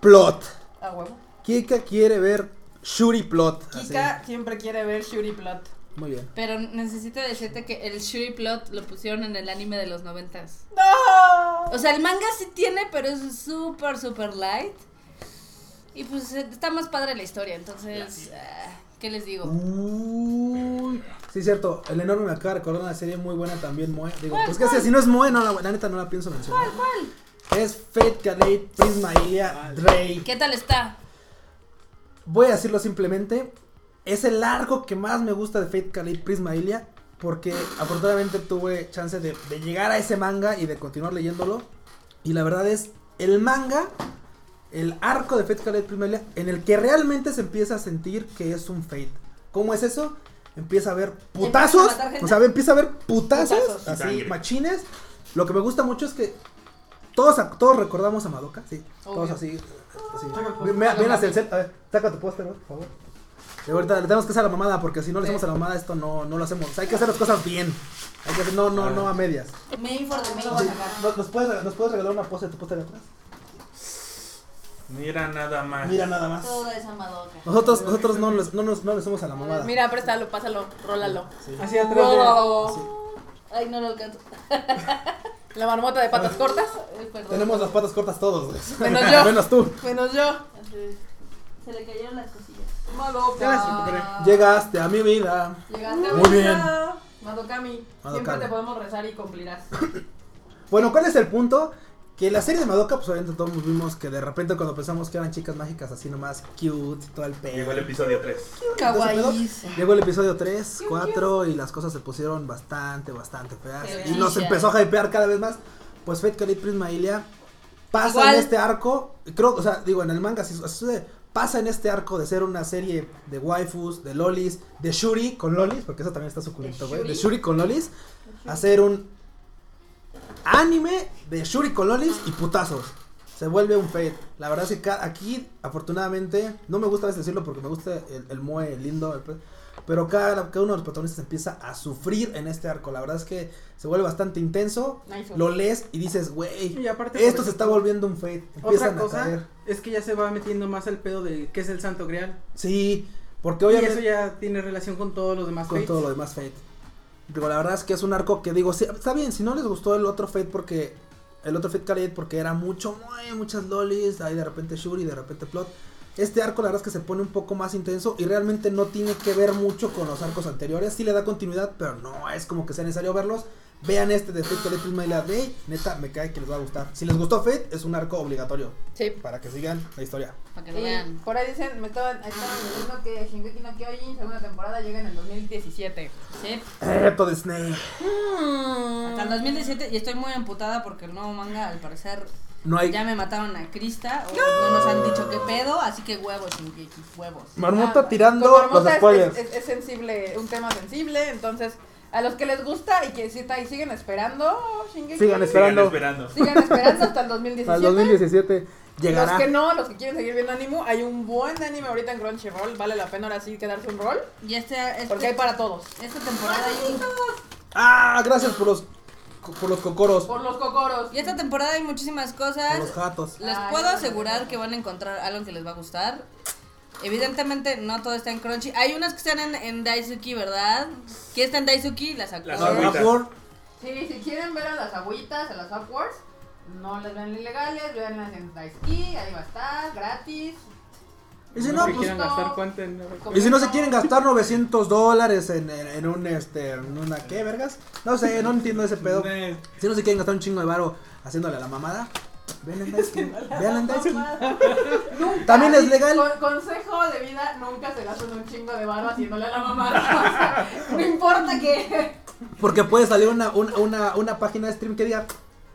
S1: plot.
S4: A huevo.
S1: Kika quiere ver Shuri plot. así.
S4: Kika siempre quiere ver Shuri Plot.
S1: Muy bien.
S5: Pero necesito decirte que el Shuri Plot lo pusieron en el anime de los noventas.
S4: ¡No!
S5: O sea, el manga sí tiene, pero es súper, súper light. Y pues eh, está más padre la historia, entonces. ah, ¿Qué les digo?
S1: Uy. Sí, cierto. El enorme me acaba de recordar una serie muy buena también, Moe. Digo,
S5: ¿Cuál,
S1: pues que si- si no es Moe, no la, la neta no la pienso mencionar.
S5: ¿Cuál?
S1: Es Fate, Kaleid, Prisma, Ilia, Drake.
S5: ¿Qué tal está?
S1: Voy a decirlo simplemente. Es el arco que más me gusta de Fate Kaleid Prisma Ilia. porque afortunadamente tuve chance de, de llegar a ese manga y de continuar leyéndolo. Y la verdad es, el manga, el arco de Fate Cadet Primaria, en el que realmente se empieza a sentir que es un Fate. ¿Cómo es eso? Empieza a ver
S5: a
S1: putazos,
S5: matar gente.
S1: o sea, empieza a ver putazos,
S4: Putazos.
S1: así,
S2: Sangre.
S1: machines. Lo que me gusta mucho es que todos, ac- todos recordamos a Madoka, sí, todos
S4: Obvio.
S1: así. así.
S4: Toma el
S1: Ve-
S4: póster.
S1: ve- Ven hacia el Ah, set, a ver, saca tu póster, ¿no? por favor. Y ahorita le tenemos que hacer a la mamada, porque si no le
S4: Sí.
S1: hacemos a la mamada, esto no, no lo hacemos. O sea, hay que hacer las cosas bien. Hay que hacer, no, no, no a medias.
S5: Me informo de
S4: Lo voy a sacar.
S1: Ah. ¿Nos, nos puedes, reg- nos puedes regalar una pose de tu póster de atrás?
S2: Mira nada más.
S1: Mira nada más.
S5: Todo es amadoca.
S1: Ah. Nosotros, nosotros no, les- no, nos, no le somos a la mamada.
S4: Mira, préstalo, pásalo, rólalo.
S3: Así atrás. de-
S1: Sí.
S4: Wow.
S5: Oh. Ay, no lo alcanzo.
S4: La marmota de
S1: Ah.
S4: patas cortas.
S5: Ay, perdón.
S1: Tenemos las patas cortas todos, güey.
S4: Menos yo.
S1: Menos tú.
S4: Menos yo.
S5: Así. Se le cayeron las cosillas.
S1: Ah.
S4: Madoka.
S1: Llegaste a mi vida.
S4: Llegaste a
S1: Muy
S4: mi
S1: bien.
S4: vida. Madokami. Siempre
S1: Madokami.
S4: te podemos rezar y cumplirás.
S1: Bueno, ¿cuál es el punto? Que la serie de Madoka, pues obviamente todos vimos que de repente cuando pensamos que eran chicas mágicas así nomás cute y todo el pedo.
S2: Llegó el episodio 3.
S1: Kawaii. Llegó el episodio 3, 4 y las cosas se pusieron bastante, bastante feas.
S5: Feas.
S1: Y nos empezó a hypear cada vez más. Pues Fate Cali Prisma Ilia pasa
S5: Igual.
S1: en este arco. Creo, o sea, digo, en el manga así, su- así sucede. Pasa en este arco de ser una serie de waifus, de lolis, de shuri con lolis, porque eso también está suculento, güey. De shuri con lolis, a ser un anime de shuri con lolis y putazos. Se vuelve un Fate. La verdad es que ca- aquí, afortunadamente, no me gusta a veces decirlo porque me gusta el, el moe lindo, el pe- pero cada, cada uno de los protagonistas empieza a sufrir en este arco. La verdad es que se vuelve bastante intenso.
S4: Nice.
S1: Lo lees y dices, güey,
S3: Y aparte,
S1: esto
S3: por
S1: se
S3: ejemplo,
S1: está volviendo un fate. Empiezan
S3: Otra
S1: a caer.
S3: cosa es que ya se va metiendo más al pedo de qué es el santo grial.
S1: Sí, porque
S3: Y eso
S1: obviamente
S3: ya tiene relación con todos los demás
S1: con
S3: fates.
S1: todo lo demás fate. Digo, la verdad es que es un arco que digo, sí, está bien, si no les gustó el otro fate porque el otro fate Khalid porque era mucho, muy, muchas lolis, ahí de repente Shuri, de repente plot. Este arco la verdad es que se pone un poco más intenso y realmente no tiene que ver mucho con los arcos anteriores. Sí le da continuidad, pero no es como que sea necesario verlos. Vean este de Fate Khalid Prisma y la de neta, me cae que les va a gustar. Si les gustó Fate, es un arco obligatorio
S4: Sí.
S1: para que sigan la historia.
S5: Para que lo
S4: Y
S5: vean.
S4: por ahí dicen, me estaban, estaban diciendo que Shingeki no Kyojin, segunda temporada, llega en el 2017.
S5: Sí.
S1: Reto de Snake.
S4: Mm.
S5: Hasta el 2017. Y estoy muy amputada porque el nuevo manga, al parecer,
S1: No hay.
S5: ya me mataron a Krista. O no nos han dicho qué pedo. Así que huevos, Shingeki, huevos.
S1: Marmota
S4: Ah,
S1: tirando
S4: con Marmota
S1: los
S4: es-
S1: spoilers.
S4: Es, es- es sensible, un tema sensible, entonces a los que les gusta y que sí, y siguen esperando, Shingeki,
S1: Sigan
S2: Sigan
S1: Esperando.
S2: esperando.
S4: sigan esperando hasta
S1: Para
S4: el 2017.
S1: el 2017 llegará.
S4: Los que no, los que quieren seguir viendo anime, hay un buen anime ahorita en Crunchyroll, vale la pena ahora sí quedarse un rol,
S5: Y este, este-
S4: porque hay para todos.
S5: esta temporada hay un-
S1: Ah, gracias por los por los cocoros,
S7: Por los cocoros.
S5: Y esta temporada hay muchísimas cosas.
S1: por los gatos.
S5: Les
S4: Ay,
S5: puedo
S4: no,
S5: asegurar que van a encontrar algo que les va a gustar. Evidentemente no todo está en Crunchy. Hay unas que están en, en Daisuki, ¿verdad? ¿Qué está en Daisuki? Las sacó.
S2: Las
S1: Ah,
S2: agüitas.
S1: por-
S7: Sí, si quieren ver a las agüitas, a las upwards, no las vean ilegales, veanlas en Daisuki, ahí va a estar, gratis.
S1: Y si no,
S3: que
S1: pues,
S3: quieran
S7: no.
S3: gastar cuánto en-
S1: y si no se quieren gastar 900 dólares en, en- en un este en una qué vergas? No sé, no entiendo ese pedo.
S2: Eh,
S1: Si no se quieren gastar un chingo de varo haciéndole a la mamada, vean en Daisuke, vean en Daisuke. También es legal.
S7: Con- consejo de vida, nunca se gastan un chingo de barro haciéndole a la mamada. O sea, no importa que...
S1: Porque puede salir una, una, una, una página de stream que diga,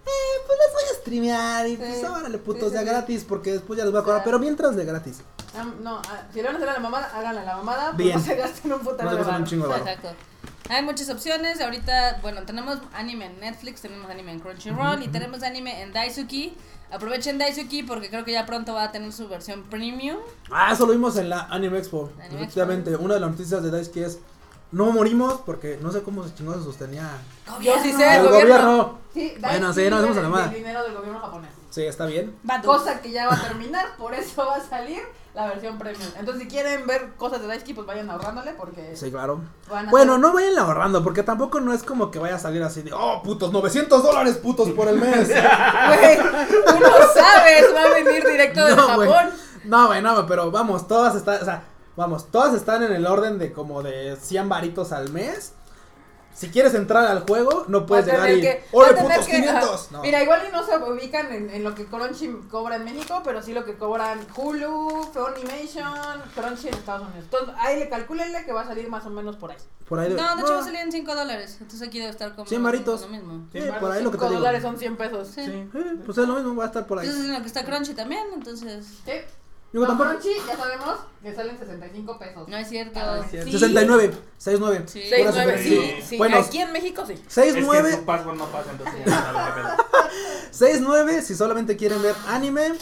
S1: eh, pues las voy a streamear y pues
S4: Sí.
S1: órale
S4: Sí,
S1: putos,
S4: sí,
S1: ya
S4: sí.
S1: gratis, porque después ya les voy a cobrar,
S4: Ya.
S1: pero mientras de gratis.
S4: Ah, no, ah, si le van a hacer a la mamada, háganle a la mamada, pero
S1: Bien.
S4: no se gasten un
S1: No
S4: putero
S1: te
S4: de
S1: pasan un
S4: varo.
S1: chingo de varo.
S5: Exacto. Hay muchas opciones. Ahorita, bueno, tenemos anime en Netflix, tenemos anime en Crunchyroll y tenemos anime en Daisuki. Aprovechen Daisuki porque creo que ya pronto va a tener su versión premium.
S1: Ah, eso lo vimos en la Anime Expo.
S5: Anime Expo.
S1: Efectivamente, una de las noticias de Daisuke es no morimos porque no sé cómo se chingó se sostenía
S4: Yo sí sé,
S1: el
S4: el
S1: gobierno.
S4: gobierno.
S7: Sí,
S1: Bueno,
S7: Daisuki
S1: sí, no hacemos
S7: vive
S1: a la mamada.
S7: del dinero del gobierno japonés.
S1: Sí, está bien.
S5: Vato.
S4: Cosa que ya va a terminar, por eso va a salir la versión premium. Entonces, si quieren ver cosas de Daisuke, pues vayan ahorrándole porque
S1: Sí, claro.
S4: van a
S1: Bueno,
S4: ser-
S1: no vayan ahorrando porque tampoco no es como que vaya a salir así de, oh, putos, 900 dólares putos por el mes.
S4: Güey, tú no sabes, va a venir directo de
S1: No, güey.
S4: Japón.
S1: no, güey, no, güey, pero vamos, todas están, o sea, vamos, todas están en el orden de como de 100 varitos al mes. si quieres entrar al juego, no puedes
S4: Va
S1: llegar
S4: a tener
S1: y.
S4: que- va a
S1: ¡Ole,
S4: tener
S1: putos
S4: que-
S1: 500! No.
S4: Mira, igual y no se ubican en, en lo que Crunchy cobra en México, pero sí lo que cobran Hulu, Funimation, Crunchy en Estados Unidos. Entonces, ahí le calcúlenle que va a salir más o menos por ahí.
S1: Por ahí
S5: No, de hecho va a salir en 5 dólares. Entonces aquí debe estar como.
S1: Cien varitos.
S5: Lo mismo.
S1: Sí, por ahí lo que te
S4: 5
S1: digo.
S4: dólares son 100 pesos.
S5: Sí.
S3: Sí.
S1: Eh, pues es lo mismo, va a estar por ahí.
S5: Entonces en lo que está Crunchy también, entonces.
S4: Sí.
S1: Digo,
S4: Con
S1: tampoco.
S4: Crunchy ya sabemos que salen 65 pesos.
S5: No es cierto.
S4: Ah, es
S5: Sí.
S1: 69, 69.
S5: Sí.
S1: Pura
S4: 6, 9, sí,
S1: suscripción.
S4: sí.
S1: Bueno,
S4: Aquí en México sí.
S2: Es que
S1: 69
S2: su password no pasa, entonces ya no sabe qué pedo.
S1: 6.9 si solamente quieren ver anime.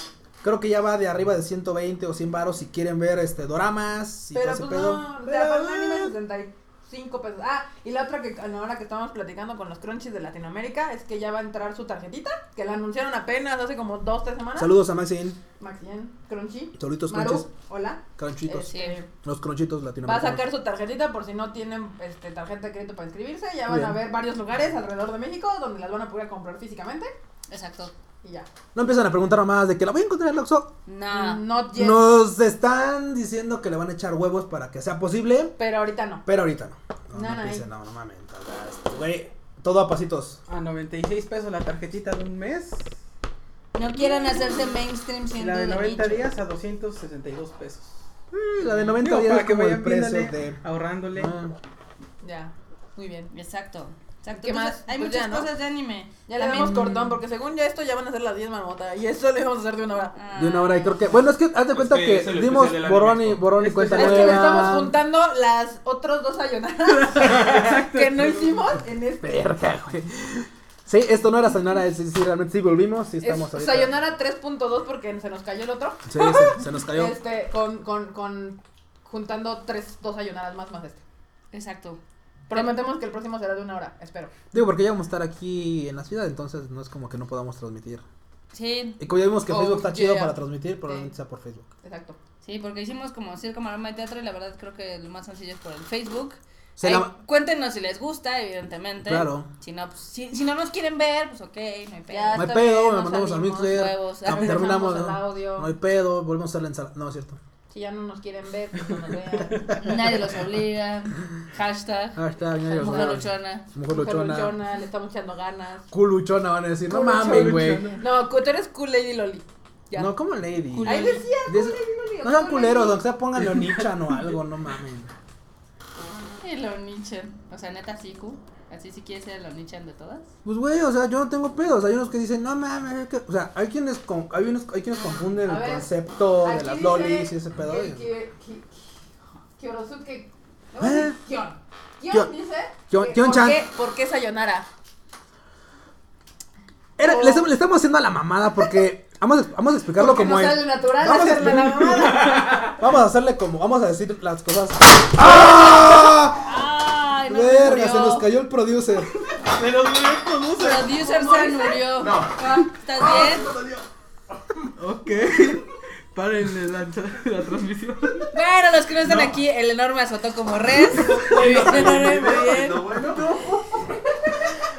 S1: Creo que ya va de arriba de 120 o 100 varos si quieren ver este doramas y
S4: Pero
S1: todo
S4: pues
S1: ese pedo.
S4: no, o
S1: Pero,
S4: sea, para un anime pues,
S1: eh,
S4: 65 pesos. Ah, y la otra que a la hora que estábamos platicando con los crunchies de Latinoamérica es que ya va a entrar su tarjetita, que la anunciaron apenas hace como 2, 3 semanas.
S1: Saludos a Maxine,
S4: Maxien, Crunchy.
S1: saluditos
S4: Maru,
S1: crunchies,
S4: hola.
S1: crunchitos,
S5: Sí.
S4: Este,
S1: los crunchitos
S4: va a
S1: latinoamericanos.
S4: sacar su tarjetita por si no tienen este, tarjeta de crédito para inscribirse. Ya
S1: Muy
S4: van a
S1: bien.
S4: ver varios lugares alrededor de México donde las van a poder comprar físicamente
S5: Exacto.
S4: y ya.
S1: No empiezan a preguntar nomás de que la voy a encontrar en el Oxxo.
S5: No.
S4: Not yet,
S1: Nos están diciendo que le van a echar huevos para que sea posible,
S4: pero ahorita no.
S1: pero ahorita no. No,
S4: No,
S1: no,
S4: no,
S1: empiecen,
S4: eh.
S1: no, no mames. o sea, este, güey, todo a pasitos.
S3: A 96 pesos la tarjetita de un mes.
S5: No quieran hacerse mainstream
S3: Y
S5: siendo
S3: la de 90
S5: nicho.
S3: días a 262 pesos.
S1: Sí, la de 90
S3: Digo,
S1: días
S3: para
S1: es
S3: que
S1: como el
S3: vayan
S1: precio
S3: viéndole,
S1: de...
S3: Ahorrándole.
S1: Ah.
S4: Ya, muy bien.
S5: Exacto. Exacto.
S4: ¿Qué
S5: Entonces,
S4: más?
S5: Hay
S4: Pues
S5: muchas
S4: ya, ¿no?
S5: cosas de anime.
S4: Ya le damos cortón porque según ya esto ya van a ser las 10 marmotas y eso le vamos a hacer de una hora.
S5: ah,
S1: De una hora y creo que. Bueno, es que haz de
S2: Es
S1: cuenta
S2: que
S1: que,
S2: es el
S1: dimos
S2: especial del
S1: borrón
S2: Anime
S1: y,
S2: Expo.
S1: borrón y
S3: Es que-
S1: cuenta
S4: Es que
S1: nueva.
S4: le estamos juntando las otros dos ayonadas que no hicimos en este.
S1: Verga, güey. Sí, esto no era Sayonara, sí, sí, realmente sí volvimos, sí estamos
S4: Es
S1: ahorita.
S4: Sayonara 3.2 porque se nos cayó el otro.
S1: Sí, se, se nos cayó.
S4: Este, con, con, con juntando tres, dos ayonadas más más este.
S5: Exacto.
S4: Prometemos que el próximo será de una hora, espero.
S1: Digo, porque ya vamos a estar aquí en la ciudad, entonces no es como que no podamos transmitir.
S5: Sí,
S1: Y como ya vimos que
S4: Oh,
S1: Facebook está chido
S4: yeah.
S1: para transmitir, probablemente sea por Facebook.
S4: Exacto.
S5: sí, porque hicimos como circo, maroma y teatro y la verdad creo que lo más sencillo es por el Facebook.
S1: Se
S5: Ahí,
S1: la-
S5: Cuéntenos si les gusta, evidentemente.
S1: Claro.
S5: Si no, pues, si, si no nos quieren ver, pues ok, no hay pedo.
S4: Ya
S1: No hay pedo,
S4: está bien,
S1: me
S4: nos
S1: mandamos al
S4: salimos,
S1: mixer.
S5: huevos.
S1: tam-
S5: Regresamos
S1: terminamos.
S4: al
S1: ¿no?
S4: audio.
S1: no hay pedo, volvemos a hacer la ensalada. No, es cierto.
S4: Si ya no nos quieren ver, pues no nos vean.
S5: Nadie los obliga. Hashtag.
S1: Ah, está bien. ya llegó.
S5: Mujer luchona.
S1: Mujer
S4: Mujer
S1: luchona.
S4: luchona, le estamos echando ganas.
S1: Culuchona van a decir. No
S4: Culo
S1: mames,
S4: luchona.
S1: güey.
S4: No, tú eres cool Lady Loli. Ya.
S1: No, como lady.
S5: Culo.
S4: Ahí decía
S1: De-
S4: cool Lady Loli. o
S1: No sean
S4: cool
S1: culeros,
S4: lady.
S1: aunque sea pónganle Onichan o algo, no mames.
S5: Y lo nichan. O sea, neta, sí, Q. Así si quieres ser lo nichan de todas.
S1: Pues güey, o sea, yo no tengo pedos. Hay unos que dicen, no mames, es que-". o sea, hay quienes, con- hay unos, hay quienes confunden
S4: A
S1: el
S4: ver,
S1: concepto de
S7: Aquí
S1: las
S7: dice
S1: lolis y ese pedo.
S7: que-
S1: y-
S7: que- que- Kiorosuke. no,
S1: ¿Eh?
S7: sí, Kion.
S1: Kion.
S7: Kion dice.
S1: Kion-
S4: ¿Por
S1: Kion-chan.
S4: qué- ¿Por qué Sayonara?
S1: Era- le, estamos, le estamos haciendo a la mamada porque vamos, a- vamos a explicarlo
S4: Porque
S1: como
S4: no
S1: es.
S4: sale natural
S1: Vamos a
S4: hacerle la
S1: explicar-
S4: mamada.
S1: Vamos a hacerle como, vamos a decir las cosas.
S5: ¡Ay, no!
S1: Verga,
S5: murió.
S1: se nos cayó el producer.
S2: Me los murió
S5: Producer se murió. Ah, ¿Estás bien?
S3: Ok. Paren la, la transmisión.
S5: Bueno, los que no están aquí, el enorme azotó como res. Muy bien, enorme, muy bien.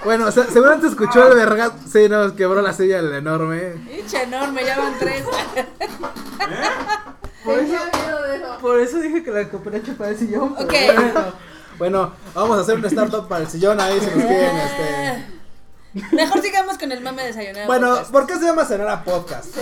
S1: Bueno, se- seguramente escuchó el verga. Sí, nos quebró la silla el enorme.
S5: Pinche enorme, ya van tres.
S3: Por eso,
S7: Tenía miedo de eso.
S3: por eso dije que la compré chupada del sillón. pero
S5: Ok.
S3: bueno.
S1: Bueno, vamos a hacer un startup para el sillón ahí si nos quieren este.
S5: Mejor sigamos con el mame desayunado.
S1: Bueno,
S5: podcast.
S1: ¿por qué se llama Sonora Podcast?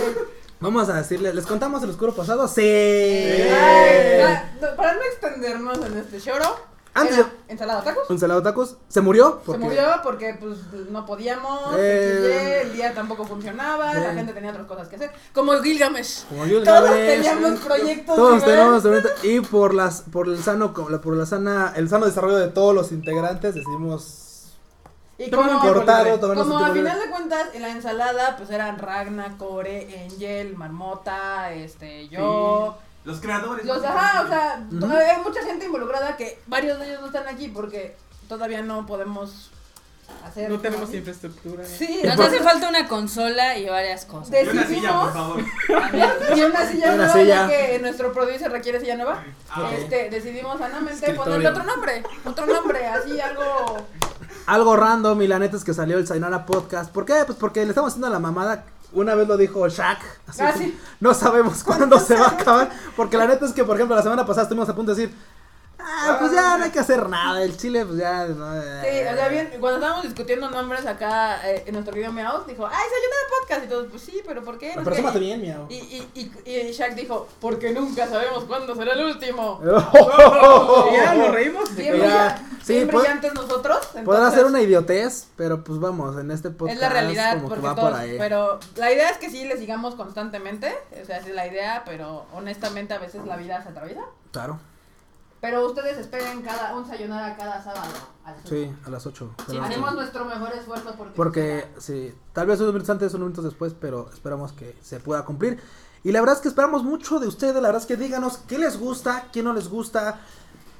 S1: Vamos a decirles, ¿les contamos el oscuro pasado? Sí. Eh.
S4: Ay, ya, no, Para no extendernos en este choro.
S1: Antes
S4: era
S1: de-
S4: Ensalada tacos.
S1: Un salado tacos. ¿Se murió?
S4: Se
S1: Porque-
S4: murió porque pues no podíamos,
S1: Eh.
S4: XY, el día tampoco funcionaba,
S1: Eh.
S4: la gente tenía otras cosas que hacer. Como Gilgamesh.
S1: Como yo
S4: Todos
S1: Gilgamesh,
S4: teníamos proyectos.
S1: Todos
S4: ¿verdad?
S1: tenemos ahorita- y por las por el sano co- la- por la sana el sano desarrollo de todos los integrantes decidimos
S4: Y
S3: Tomaron
S4: como,
S3: tiempo
S1: cortarlo,
S3: libre.
S1: tomarnos
S4: como
S1: un
S4: a
S1: tiempo
S4: final
S1: libre.
S4: de cuentas en la ensalada pues eran Ragna, Core, Angel, Marmota, este, yo.
S2: Los creadores.
S4: Los, ajá, o sea, to- hay mucha gente involucrada que varios de ellos no están aquí porque todavía no podemos hacer.
S3: No tenemos infraestructura.
S4: Sí,
S5: Nos hace falta una consola y varias cosas.
S2: Y una silla, por
S4: decidimos.
S2: favor.
S4: Y una silla
S1: Una
S4: nueva,
S1: silla.
S4: ya que nuestro producer requiere silla nueva.
S2: Ah,
S4: Este, decidimos sanamente
S1: Escritorio.
S4: ponerle otro nombre, otro nombre, así algo.
S1: algo random y la neta es que salió el Sayonara Podcast. ¿Por qué? Pues porque le estamos haciendo la mamada. Una vez lo dijo Shaq. así
S4: Ah,
S1: como,
S4: sí.
S1: No sabemos cuándo se va a acabar. Porque la neta es que, por ejemplo, la semana pasada estuvimos a punto de decir. Ah, pues ya no hay que hacer nada. El chile, pues ya. no, eh.
S4: Sí, o sea, bien, cuando estábamos discutiendo nombres acá eh, en nuestro video Meows, dijo, ay, se ayuda a podcast. Y todos, pues sí, pero ¿por qué? No
S1: Pero
S4: sé qué.
S1: asómate bien, miau.
S4: Y, y, y, y Shaq dijo, porque nunca sabemos cuándo será el último.
S3: Ya, nos reímos.
S4: Siempre,
S1: Ya.
S4: ya-
S1: Sí,
S4: siempre
S1: pod-
S4: ya antes nosotros. entonces,
S1: Podrá ser una idiotez, pero pues vamos, en este podcast
S4: Es la realidad,
S1: como que
S4: porque
S1: va E.
S4: todos,
S1: por ahí.
S4: pero la idea es que sí le sigamos constantemente, o sea, esa es la idea, pero honestamente a veces la vida se atraviesa.
S1: Claro,
S7: Pero ustedes esperen cada, un sayonara cada sábado. al sur.
S1: sí, a las 8.
S7: Haremos nuestro mejor esfuerzo porque.
S1: Porque sí, tal vez unos minutos antes, unos minutos después, pero esperamos que se pueda cumplir. Y la verdad es que esperamos mucho de ustedes, la verdad es que díganos qué les gusta, qué no les gusta.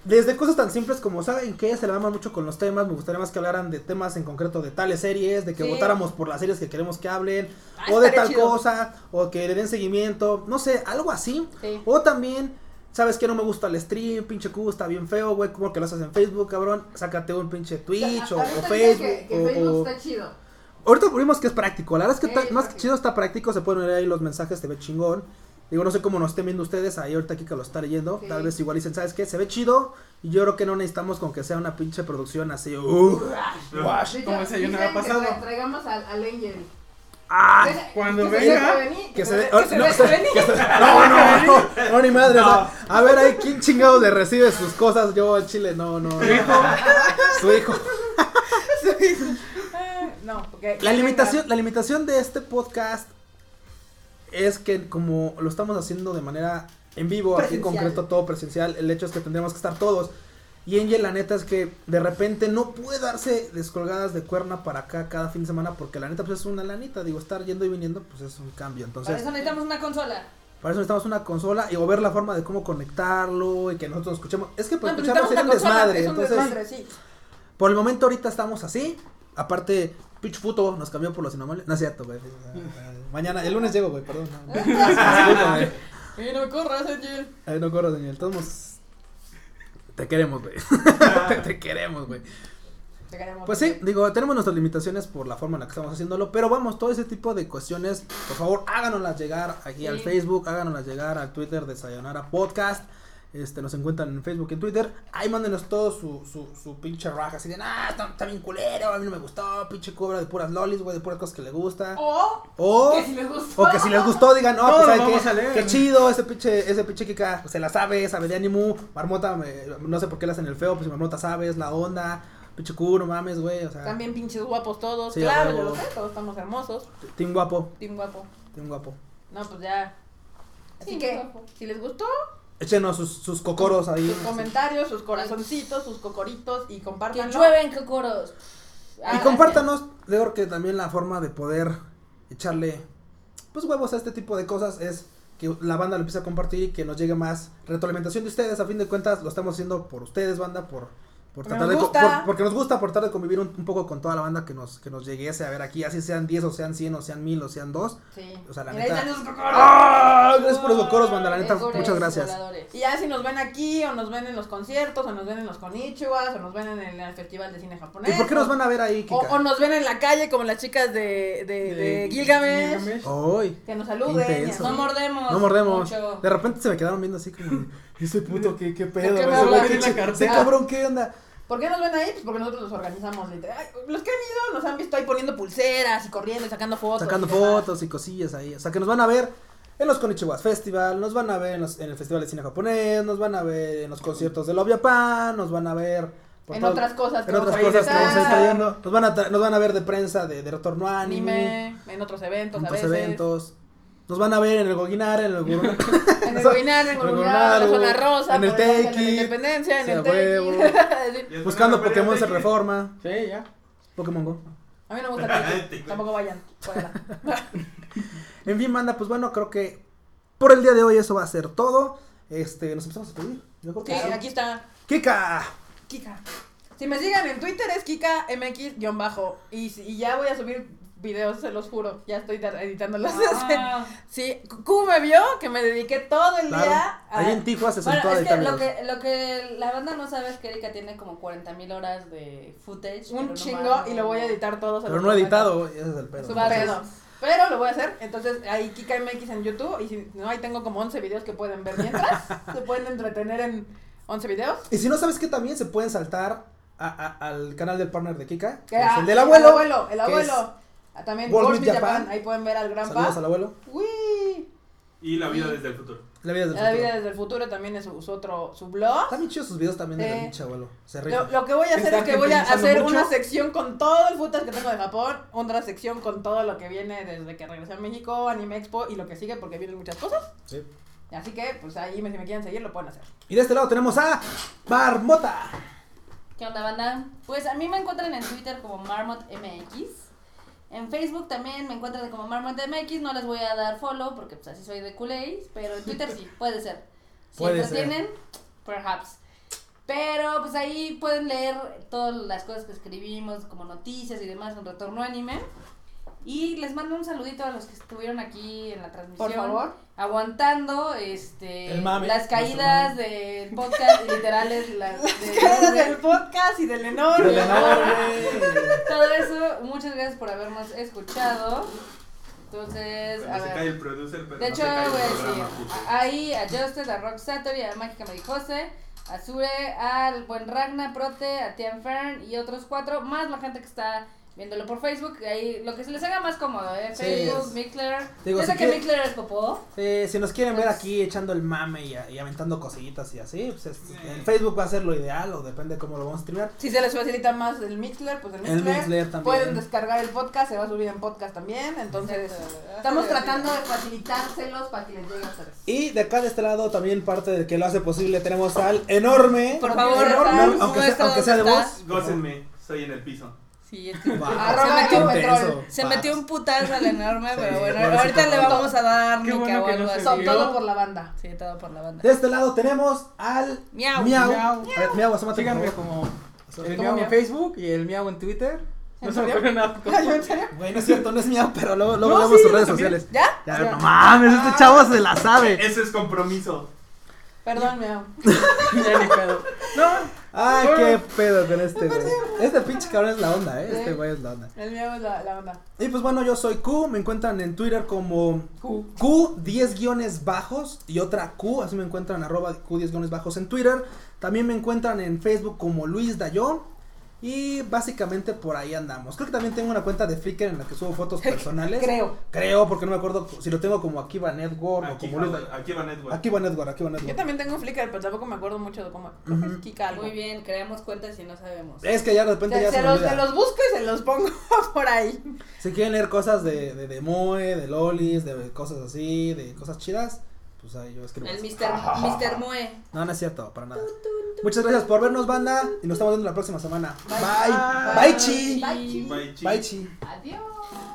S1: Desde cosas tan simples como saben que se la aman mucho con los temas, me gustaría más que hablaran de temas en concreto de tales series, de que
S4: Sí.
S1: votáramos por las series que queremos que hablen,
S4: Ah,
S1: o de
S4: estaría
S1: tal
S4: chido.
S1: cosa, o que le den seguimiento, no sé, algo así.
S4: Sí.
S1: O también, ¿sabes que No me gusta el stream, pinche Q, está bien feo, güey, ¿cómo que lo haces en Facebook, cabrón? Sácate un pinche Twitch o, o Facebook.
S7: Que, que
S1: o-
S7: Facebook
S1: o-
S7: está chido.
S1: Ahorita vimos que es práctico. La verdad es que
S7: Sí,
S1: ta-
S7: es
S1: más que
S7: práctico.
S1: chido está práctico. Se pueden leer ahí los mensajes, se ve chingón. Digo, no sé cómo nos estén viendo ustedes. Ahí ahorita Kika lo está leyendo.
S7: Sí.
S1: Tal vez igual dicen, ¿sabes qué? Se ve chido. Y yo creo que no necesitamos con que sea una pinche producción así. uh,
S7: De hecho,
S3: Como el sayonara
S7: dicen que
S3: pasado.
S7: tra- traigamos al, al Angel.
S1: ah,
S7: Ven-
S3: cuando
S7: que se
S3: venga,
S7: deje venir,
S1: que se
S7: ve-
S1: de- oh,
S7: que se
S1: no,
S7: deje
S1: se-
S7: venir.
S1: No, no, no, no, ni madre. o sea, a ver ahí, ¿quién chingado le recibe sus cosas? Yo al chile, no, no. Su hijo. Su hijo.
S4: Ah, no, porque...
S1: La limitación, la limitación de este podcast es que como lo estamos haciendo de manera en vivo, aquí en
S7: Presencial.
S1: concreto todo presencial, el hecho es que tendríamos que estar todos. Y Angel, la neta es que de repente no puede darse descolgadas de cuerna para acá cada fin de semana porque la neta pues es una lanita, digo, estar yendo y viniendo pues es un cambio. Entonces,
S5: Para eso necesitamos una consola.
S1: para eso necesitamos una consola y o ver la forma de cómo conectarlo y que nosotros escuchemos. Es que
S4: No,
S1: pues
S4: pues
S1: escucharnos
S4: necesitamos
S1: sería un
S4: una consola,
S1: desmadre,
S4: es un
S1: entonces
S4: desmadre, sí.
S1: por el momento ahorita estamos así. Aparte, Pitch Puto nos cambió por los inamables. No es cierto, güey. Mañana, el lunes llego, güey, perdón. No, Discúlpame.
S4: Y no corras, Angel.
S1: Ay, no corro, Daniel. Estamos. Te queremos, güey. Te- Te queremos, güey.
S4: Te queremos.
S1: Pues sí, digo, tenemos nuestras limitaciones por la forma en la que estamos haciéndolo, pero vamos, todo ese tipo de cuestiones, por favor, háganoslas llegar aquí al Facebook, háganoslas llegar al Twitter de Sayonara Podcast. Este, nos encuentran en Facebook y en Twitter. Ahí mándenos todo su, su, su pinche raja. Así de, ah, está, está bien culero, a mí no me gustó. Pinche cobra de puras lolis, güey, de puras cosas que le gusta.
S7: O
S4: Oh,
S1: O,
S7: que si les gustó.
S1: o que si les gustó, digan, no,
S3: No,
S1: pues
S3: lo
S1: ¿saben
S3: vamos
S1: qué?
S3: a leer".
S1: Qué chido, ese pinche, ese pinche Kika pues, se la sabe, sabe de ánimo. Marmota, me- no sé por qué le hacen el feo, pues Marmota sabe, es la onda. Pinche Q, no mames, güey, o sea.
S4: También pinches guapos todos.
S1: Sí,
S4: claro,
S1: a
S4: yo
S1: huevo.
S4: lo sé, todos estamos hermosos.
S1: Team guapo,
S4: Team guapo.
S1: team guapo.
S4: No, pues ya. Así
S7: Team
S4: que,
S7: guapo.
S4: si les gustó,
S1: Échenos sus, sus cocoros ahí.
S4: sus comentarios, sus corazoncitos, sus cocoritos y
S5: Que
S4: compártanlo.
S5: llueven cocoros.
S4: Ah,
S1: Y compártanos, creo que también la forma de poder echarle pues huevos a este tipo de cosas es que la banda lo empiece a compartir, que nos llegue más retroalimentación de ustedes, a fin de cuentas lo estamos haciendo por ustedes, banda, por, por
S4: Porque
S1: tratar
S4: nos
S1: de co-
S4: gusta.
S1: por- porque nos gusta por tratar de convivir un, un poco con toda la banda que nos, que nos lleguese a ver aquí, así sean 10 o sean 100 o sean 1000 o sean 2.
S4: Sí.
S1: O sea, la
S4: Y ahí
S1: neta-
S4: están esos cocoros.
S1: ¡Ah! Gracias por los cocoros, banda, la neta,
S5: Cocoros
S1: muchas gracias.
S5: voladores.
S4: Y ya si nos ven aquí, o nos ven en los conciertos, o nos ven en los konichiwas, o nos ven en el, Festival de Cine Japonés.
S1: ¿Y por qué nos van a ver ahí,
S4: o, o
S1: Kika?
S4: nos ven en la calle como las chicas de, de, de Gilgamesh,
S3: Oh.
S1: Hoy.
S4: Que nos saluden. y
S1: Intenso.
S4: así.
S5: No mordemos.
S1: No mordemos.
S5: mucho.
S1: De repente se me quedaron viendo así como, ese puto, qué, qué pedo.
S4: qué me
S1: güey?
S4: habla?
S1: Ese-
S4: Abrir la
S1: ese- ese
S4: cartera.
S1: cabrón, ¿qué onda?
S4: ¿Por qué nos ven ahí? Pues porque nosotros los organizamos. literal. Ay, Los que han ido nos han visto ahí poniendo pulseras y corriendo y sacando fotos.
S1: Sacando
S4: y demás.
S1: fotos y cosillas ahí. O sea, que nos van a ver en los Konichiwas Festival, nos van a ver en, los- en el Festival de Cine Japonés, nos van a ver en los conciertos de Lobia Pan, nos van a ver... por
S4: En
S1: todo-
S4: otras cosas que
S1: en otras
S4: vamos a
S1: cosas que
S4: visitar.
S1: vamos a ir trayendo. Nos van a, tra- nos van a ver de prensa de, de Retorno a Anime,
S4: Anime, en otros eventos
S1: en
S4: a
S1: otros
S4: veces.
S1: eventos. Nos van a ver en el Goguinar, en el Guruna.
S4: En el Guinar, en el Guinar, en la Zona Rosa,
S1: En el
S4: por allá en
S1: Tequi.
S4: la Independencia, en
S1: Sí, a
S4: el
S1: huevo.
S4: Tequi. Sí.
S1: Buscando Pokémon se reforma.
S3: Sí, ya.
S1: Pokémon Go.
S4: A mí no me gusta el Tequi. Tampoco vayan. fuera.
S1: En fin, manda, pues bueno, creo que por el día de hoy eso va a ser todo. Este, nos empezamos a pedir. Yo creo
S4: Sí,
S1: que sí.
S4: aquí está.
S1: Kika.
S4: Kika. Si me siguen en Twitter es Kika MX-bajo. Y, si- y ya voy a subir videos, se los juro. Ya estoy tar- editándolos.
S5: Ah.
S4: Sí, Q me vio que me dediqué todo el
S1: Claro.
S4: día a...
S1: Ahí en Tijuana se
S5: Bueno,
S1: sentó a
S5: es que
S1: editar
S5: lo,
S1: videos.
S5: que lo que la banda no sabe es que Erika tiene como 40.000 horas de footage. pero
S4: un
S5: no
S4: chingo
S5: mames.
S4: y lo voy a editar todo. se
S1: Pero
S4: los
S1: no he
S4: prometo.
S1: editado, güey, ese es el pedo.
S4: Es un pedo. Pero lo voy a hacer. Entonces, ahí Kika MX en YouTube. Y si no, ahí tengo como 11 videos que pueden ver mientras. se pueden entretener en 11 videos.
S1: Y si no sabes que también se pueden saltar a- a- al canal del partner de Kika, que
S4: Que,
S1: es
S4: ah,
S1: Pues el del abuelo.
S4: El abuelo, el
S1: que es-
S4: abuelo. Ah, También
S1: World
S4: World
S1: Meet
S4: Meet
S1: Japan.
S4: Japan. Ahí pueden ver al
S1: Saludos al
S4: Grandpa.
S1: abuelo.
S4: Uy.
S2: Y la vida desde el futuro.
S1: La vida del
S4: La vida
S1: futuro.
S4: desde el futuro también es su, su otro, su blog.
S1: Están bien chidos sus videos también de
S4: Sí.
S1: la pinche abuelo. Se
S4: Lo,
S1: rifa.
S4: lo que voy a hacer
S10: Está
S4: es que voy a
S10: compensando
S4: hacer
S10: mucho.
S4: una sección con todo el footage que tengo de Japón, otra sección con todo lo que viene desde que regresé a México, Anime Expo y lo que sigue porque vienen muchas cosas.
S1: Sí.
S4: Así que, pues ahí, me- si me quieren seguir, lo pueden hacer.
S1: Y de este lado tenemos a Marmota.
S5: ¿Qué onda, banda? Pues a mí me encuentran en Twitter como MarmotMX. En Facebook también me encuentran como MarmotMX. No les voy a dar follow porque pues así soy de culéis. Pero en Twitter sí, puede ser. Si
S1: Puede ser.
S5: entretienen, perhaps. Pero pues ahí pueden leer todas las cosas que escribimos, como noticias y demás en Retorno Anime. Y les mando un saludito a los que estuvieron aquí en la transmisión.
S4: Por favor.
S5: Aguantando este,
S1: El mame,
S5: las caídas
S1: nuestro
S5: del podcast, y literales, las, de-
S4: del podcast y del enorme.
S1: Del enorme.
S5: todo eso, muchas gracias por habernos escuchado. Entonces, a
S2: Cuando se cae
S5: ver.
S2: el producer, pero
S5: De
S2: no
S5: hecho,
S2: se cae el
S5: güey,
S2: programa,
S5: sí,
S2: puto.
S5: a- Ahí a Justed, a Rock Satori, a Mágica Medicose, a Sure, al buen Ragna, Prote, a Tian Fern y otros cuatro, más la gente que está viéndolo por Facebook. que Ahí lo que se les haga más cómodo, ¿eh?
S1: Sí,
S5: Facebook,
S1: es-
S5: Mixler.
S1: Digo,
S5: Yo
S1: si
S5: sé que
S1: quiere-
S5: Mixler es popó.
S1: Eh, si nos quieren ver aquí echando el mame y, a- y aventando cosillitas y así, pues es- en Facebook va a ser lo ideal o depende cómo lo vamos a streamear.
S4: Si se les facilita más el Mixler, pues el
S1: El
S4: Mixler.
S1: Mixler también.
S4: Pueden descargar el podcast, se va a subir en podcast también. Entonces, estamos tratando de facilitárselos para que les llegue a ustedes.
S1: Y de acá de este lado también parte del que lo hace posible tenemos al enorme.
S11: Por favor,
S1: enorme,
S11: Rafa,
S1: aunque sea,
S11: muestra
S1: aunque sea de
S11: dónde
S1: voz.
S11: está.
S2: Gócenme, soy en el piso.
S11: Sí, es que-
S1: Va,
S4: Arroba
S1: qué
S4: Ego
S1: intenso,
S4: Petrol.
S11: Se
S1: va.
S11: metió un putazo al enorme,
S1: Sí,
S11: pero bueno,
S1: pobrecito.
S11: ahorita le vamos a dar
S2: Qué
S11: mica
S2: bueno
S11: o
S2: que no
S11: algo
S2: se
S11: así.
S2: vio.
S4: Son todo por la banda.
S11: Sí, todo por la banda.
S1: De este lado tenemos al
S11: Miau.
S1: Miau.
S3: Miau.
S1: A ver, Miau, asómate, por
S3: Síganme
S1: favor.
S3: como el
S1: Asómate.
S3: miau en Facebook y el miau en Twitter. No se me ocurre nada.
S1: Güey, no es cierto, no es Miau, pero luego, luego
S3: No,
S1: damos
S3: sí,
S1: sus
S3: yo
S1: redes
S3: también. Ah.
S1: sociales.
S4: ¿Ya?
S1: Ya, no mames, este chavo se la sabe.
S2: Eso es compromiso.
S4: Perdón, Miau.
S3: Ya ni pedo. No,
S1: Ay, qué pedo con este güey. Este pinche cabrón es la onda, eh. Este güey es la onda.
S4: El Miau es la, la onda.
S1: Y pues bueno, yo soy Q, me encuentran en Twitter como
S4: Q.
S1: Q, 10 guiones bajos y otra Q, así me encuentran arroba Q, 10 guiones bajos en Twitter. También me encuentran en Facebook como Luis Dayón. Y básicamente por ahí andamos. Creo que también tengo una cuenta de Flickr en la que subo fotos personales.
S4: Creo.
S1: Creo, porque no me acuerdo si lo tengo como Akiva Network o
S2: Aquí
S1: como Luis
S2: va,
S1: Dayón.
S2: aquí va Network.
S1: Akiva Network, Akiva
S4: Yo
S1: Network.
S4: también tengo un Flickr, pero tampoco me acuerdo mucho de cómo. Creo que es Kika algo.
S11: Muy bien, creamos cuentas y no sabemos.
S1: Es que ya de repente
S4: Se,
S1: ya
S4: se
S1: se, me
S4: los,
S1: olvida.
S4: se los busco y se los pongo por ahí.
S1: Si quieren leer cosas de, de, de Moe, de Lolis, de cosas así, de cosas chidas, pues ahí yo escribo.
S11: El
S1: así.
S11: Mr. Mr. Moe.
S1: No, no es cierto, para nada. Muchas gracias por vernos, banda. Y nos estamos viendo la próxima semana. Bye. Bye, chi.
S12: Bye, chi.
S2: Bye, chi.
S1: Bye, chi.
S12: Adiós.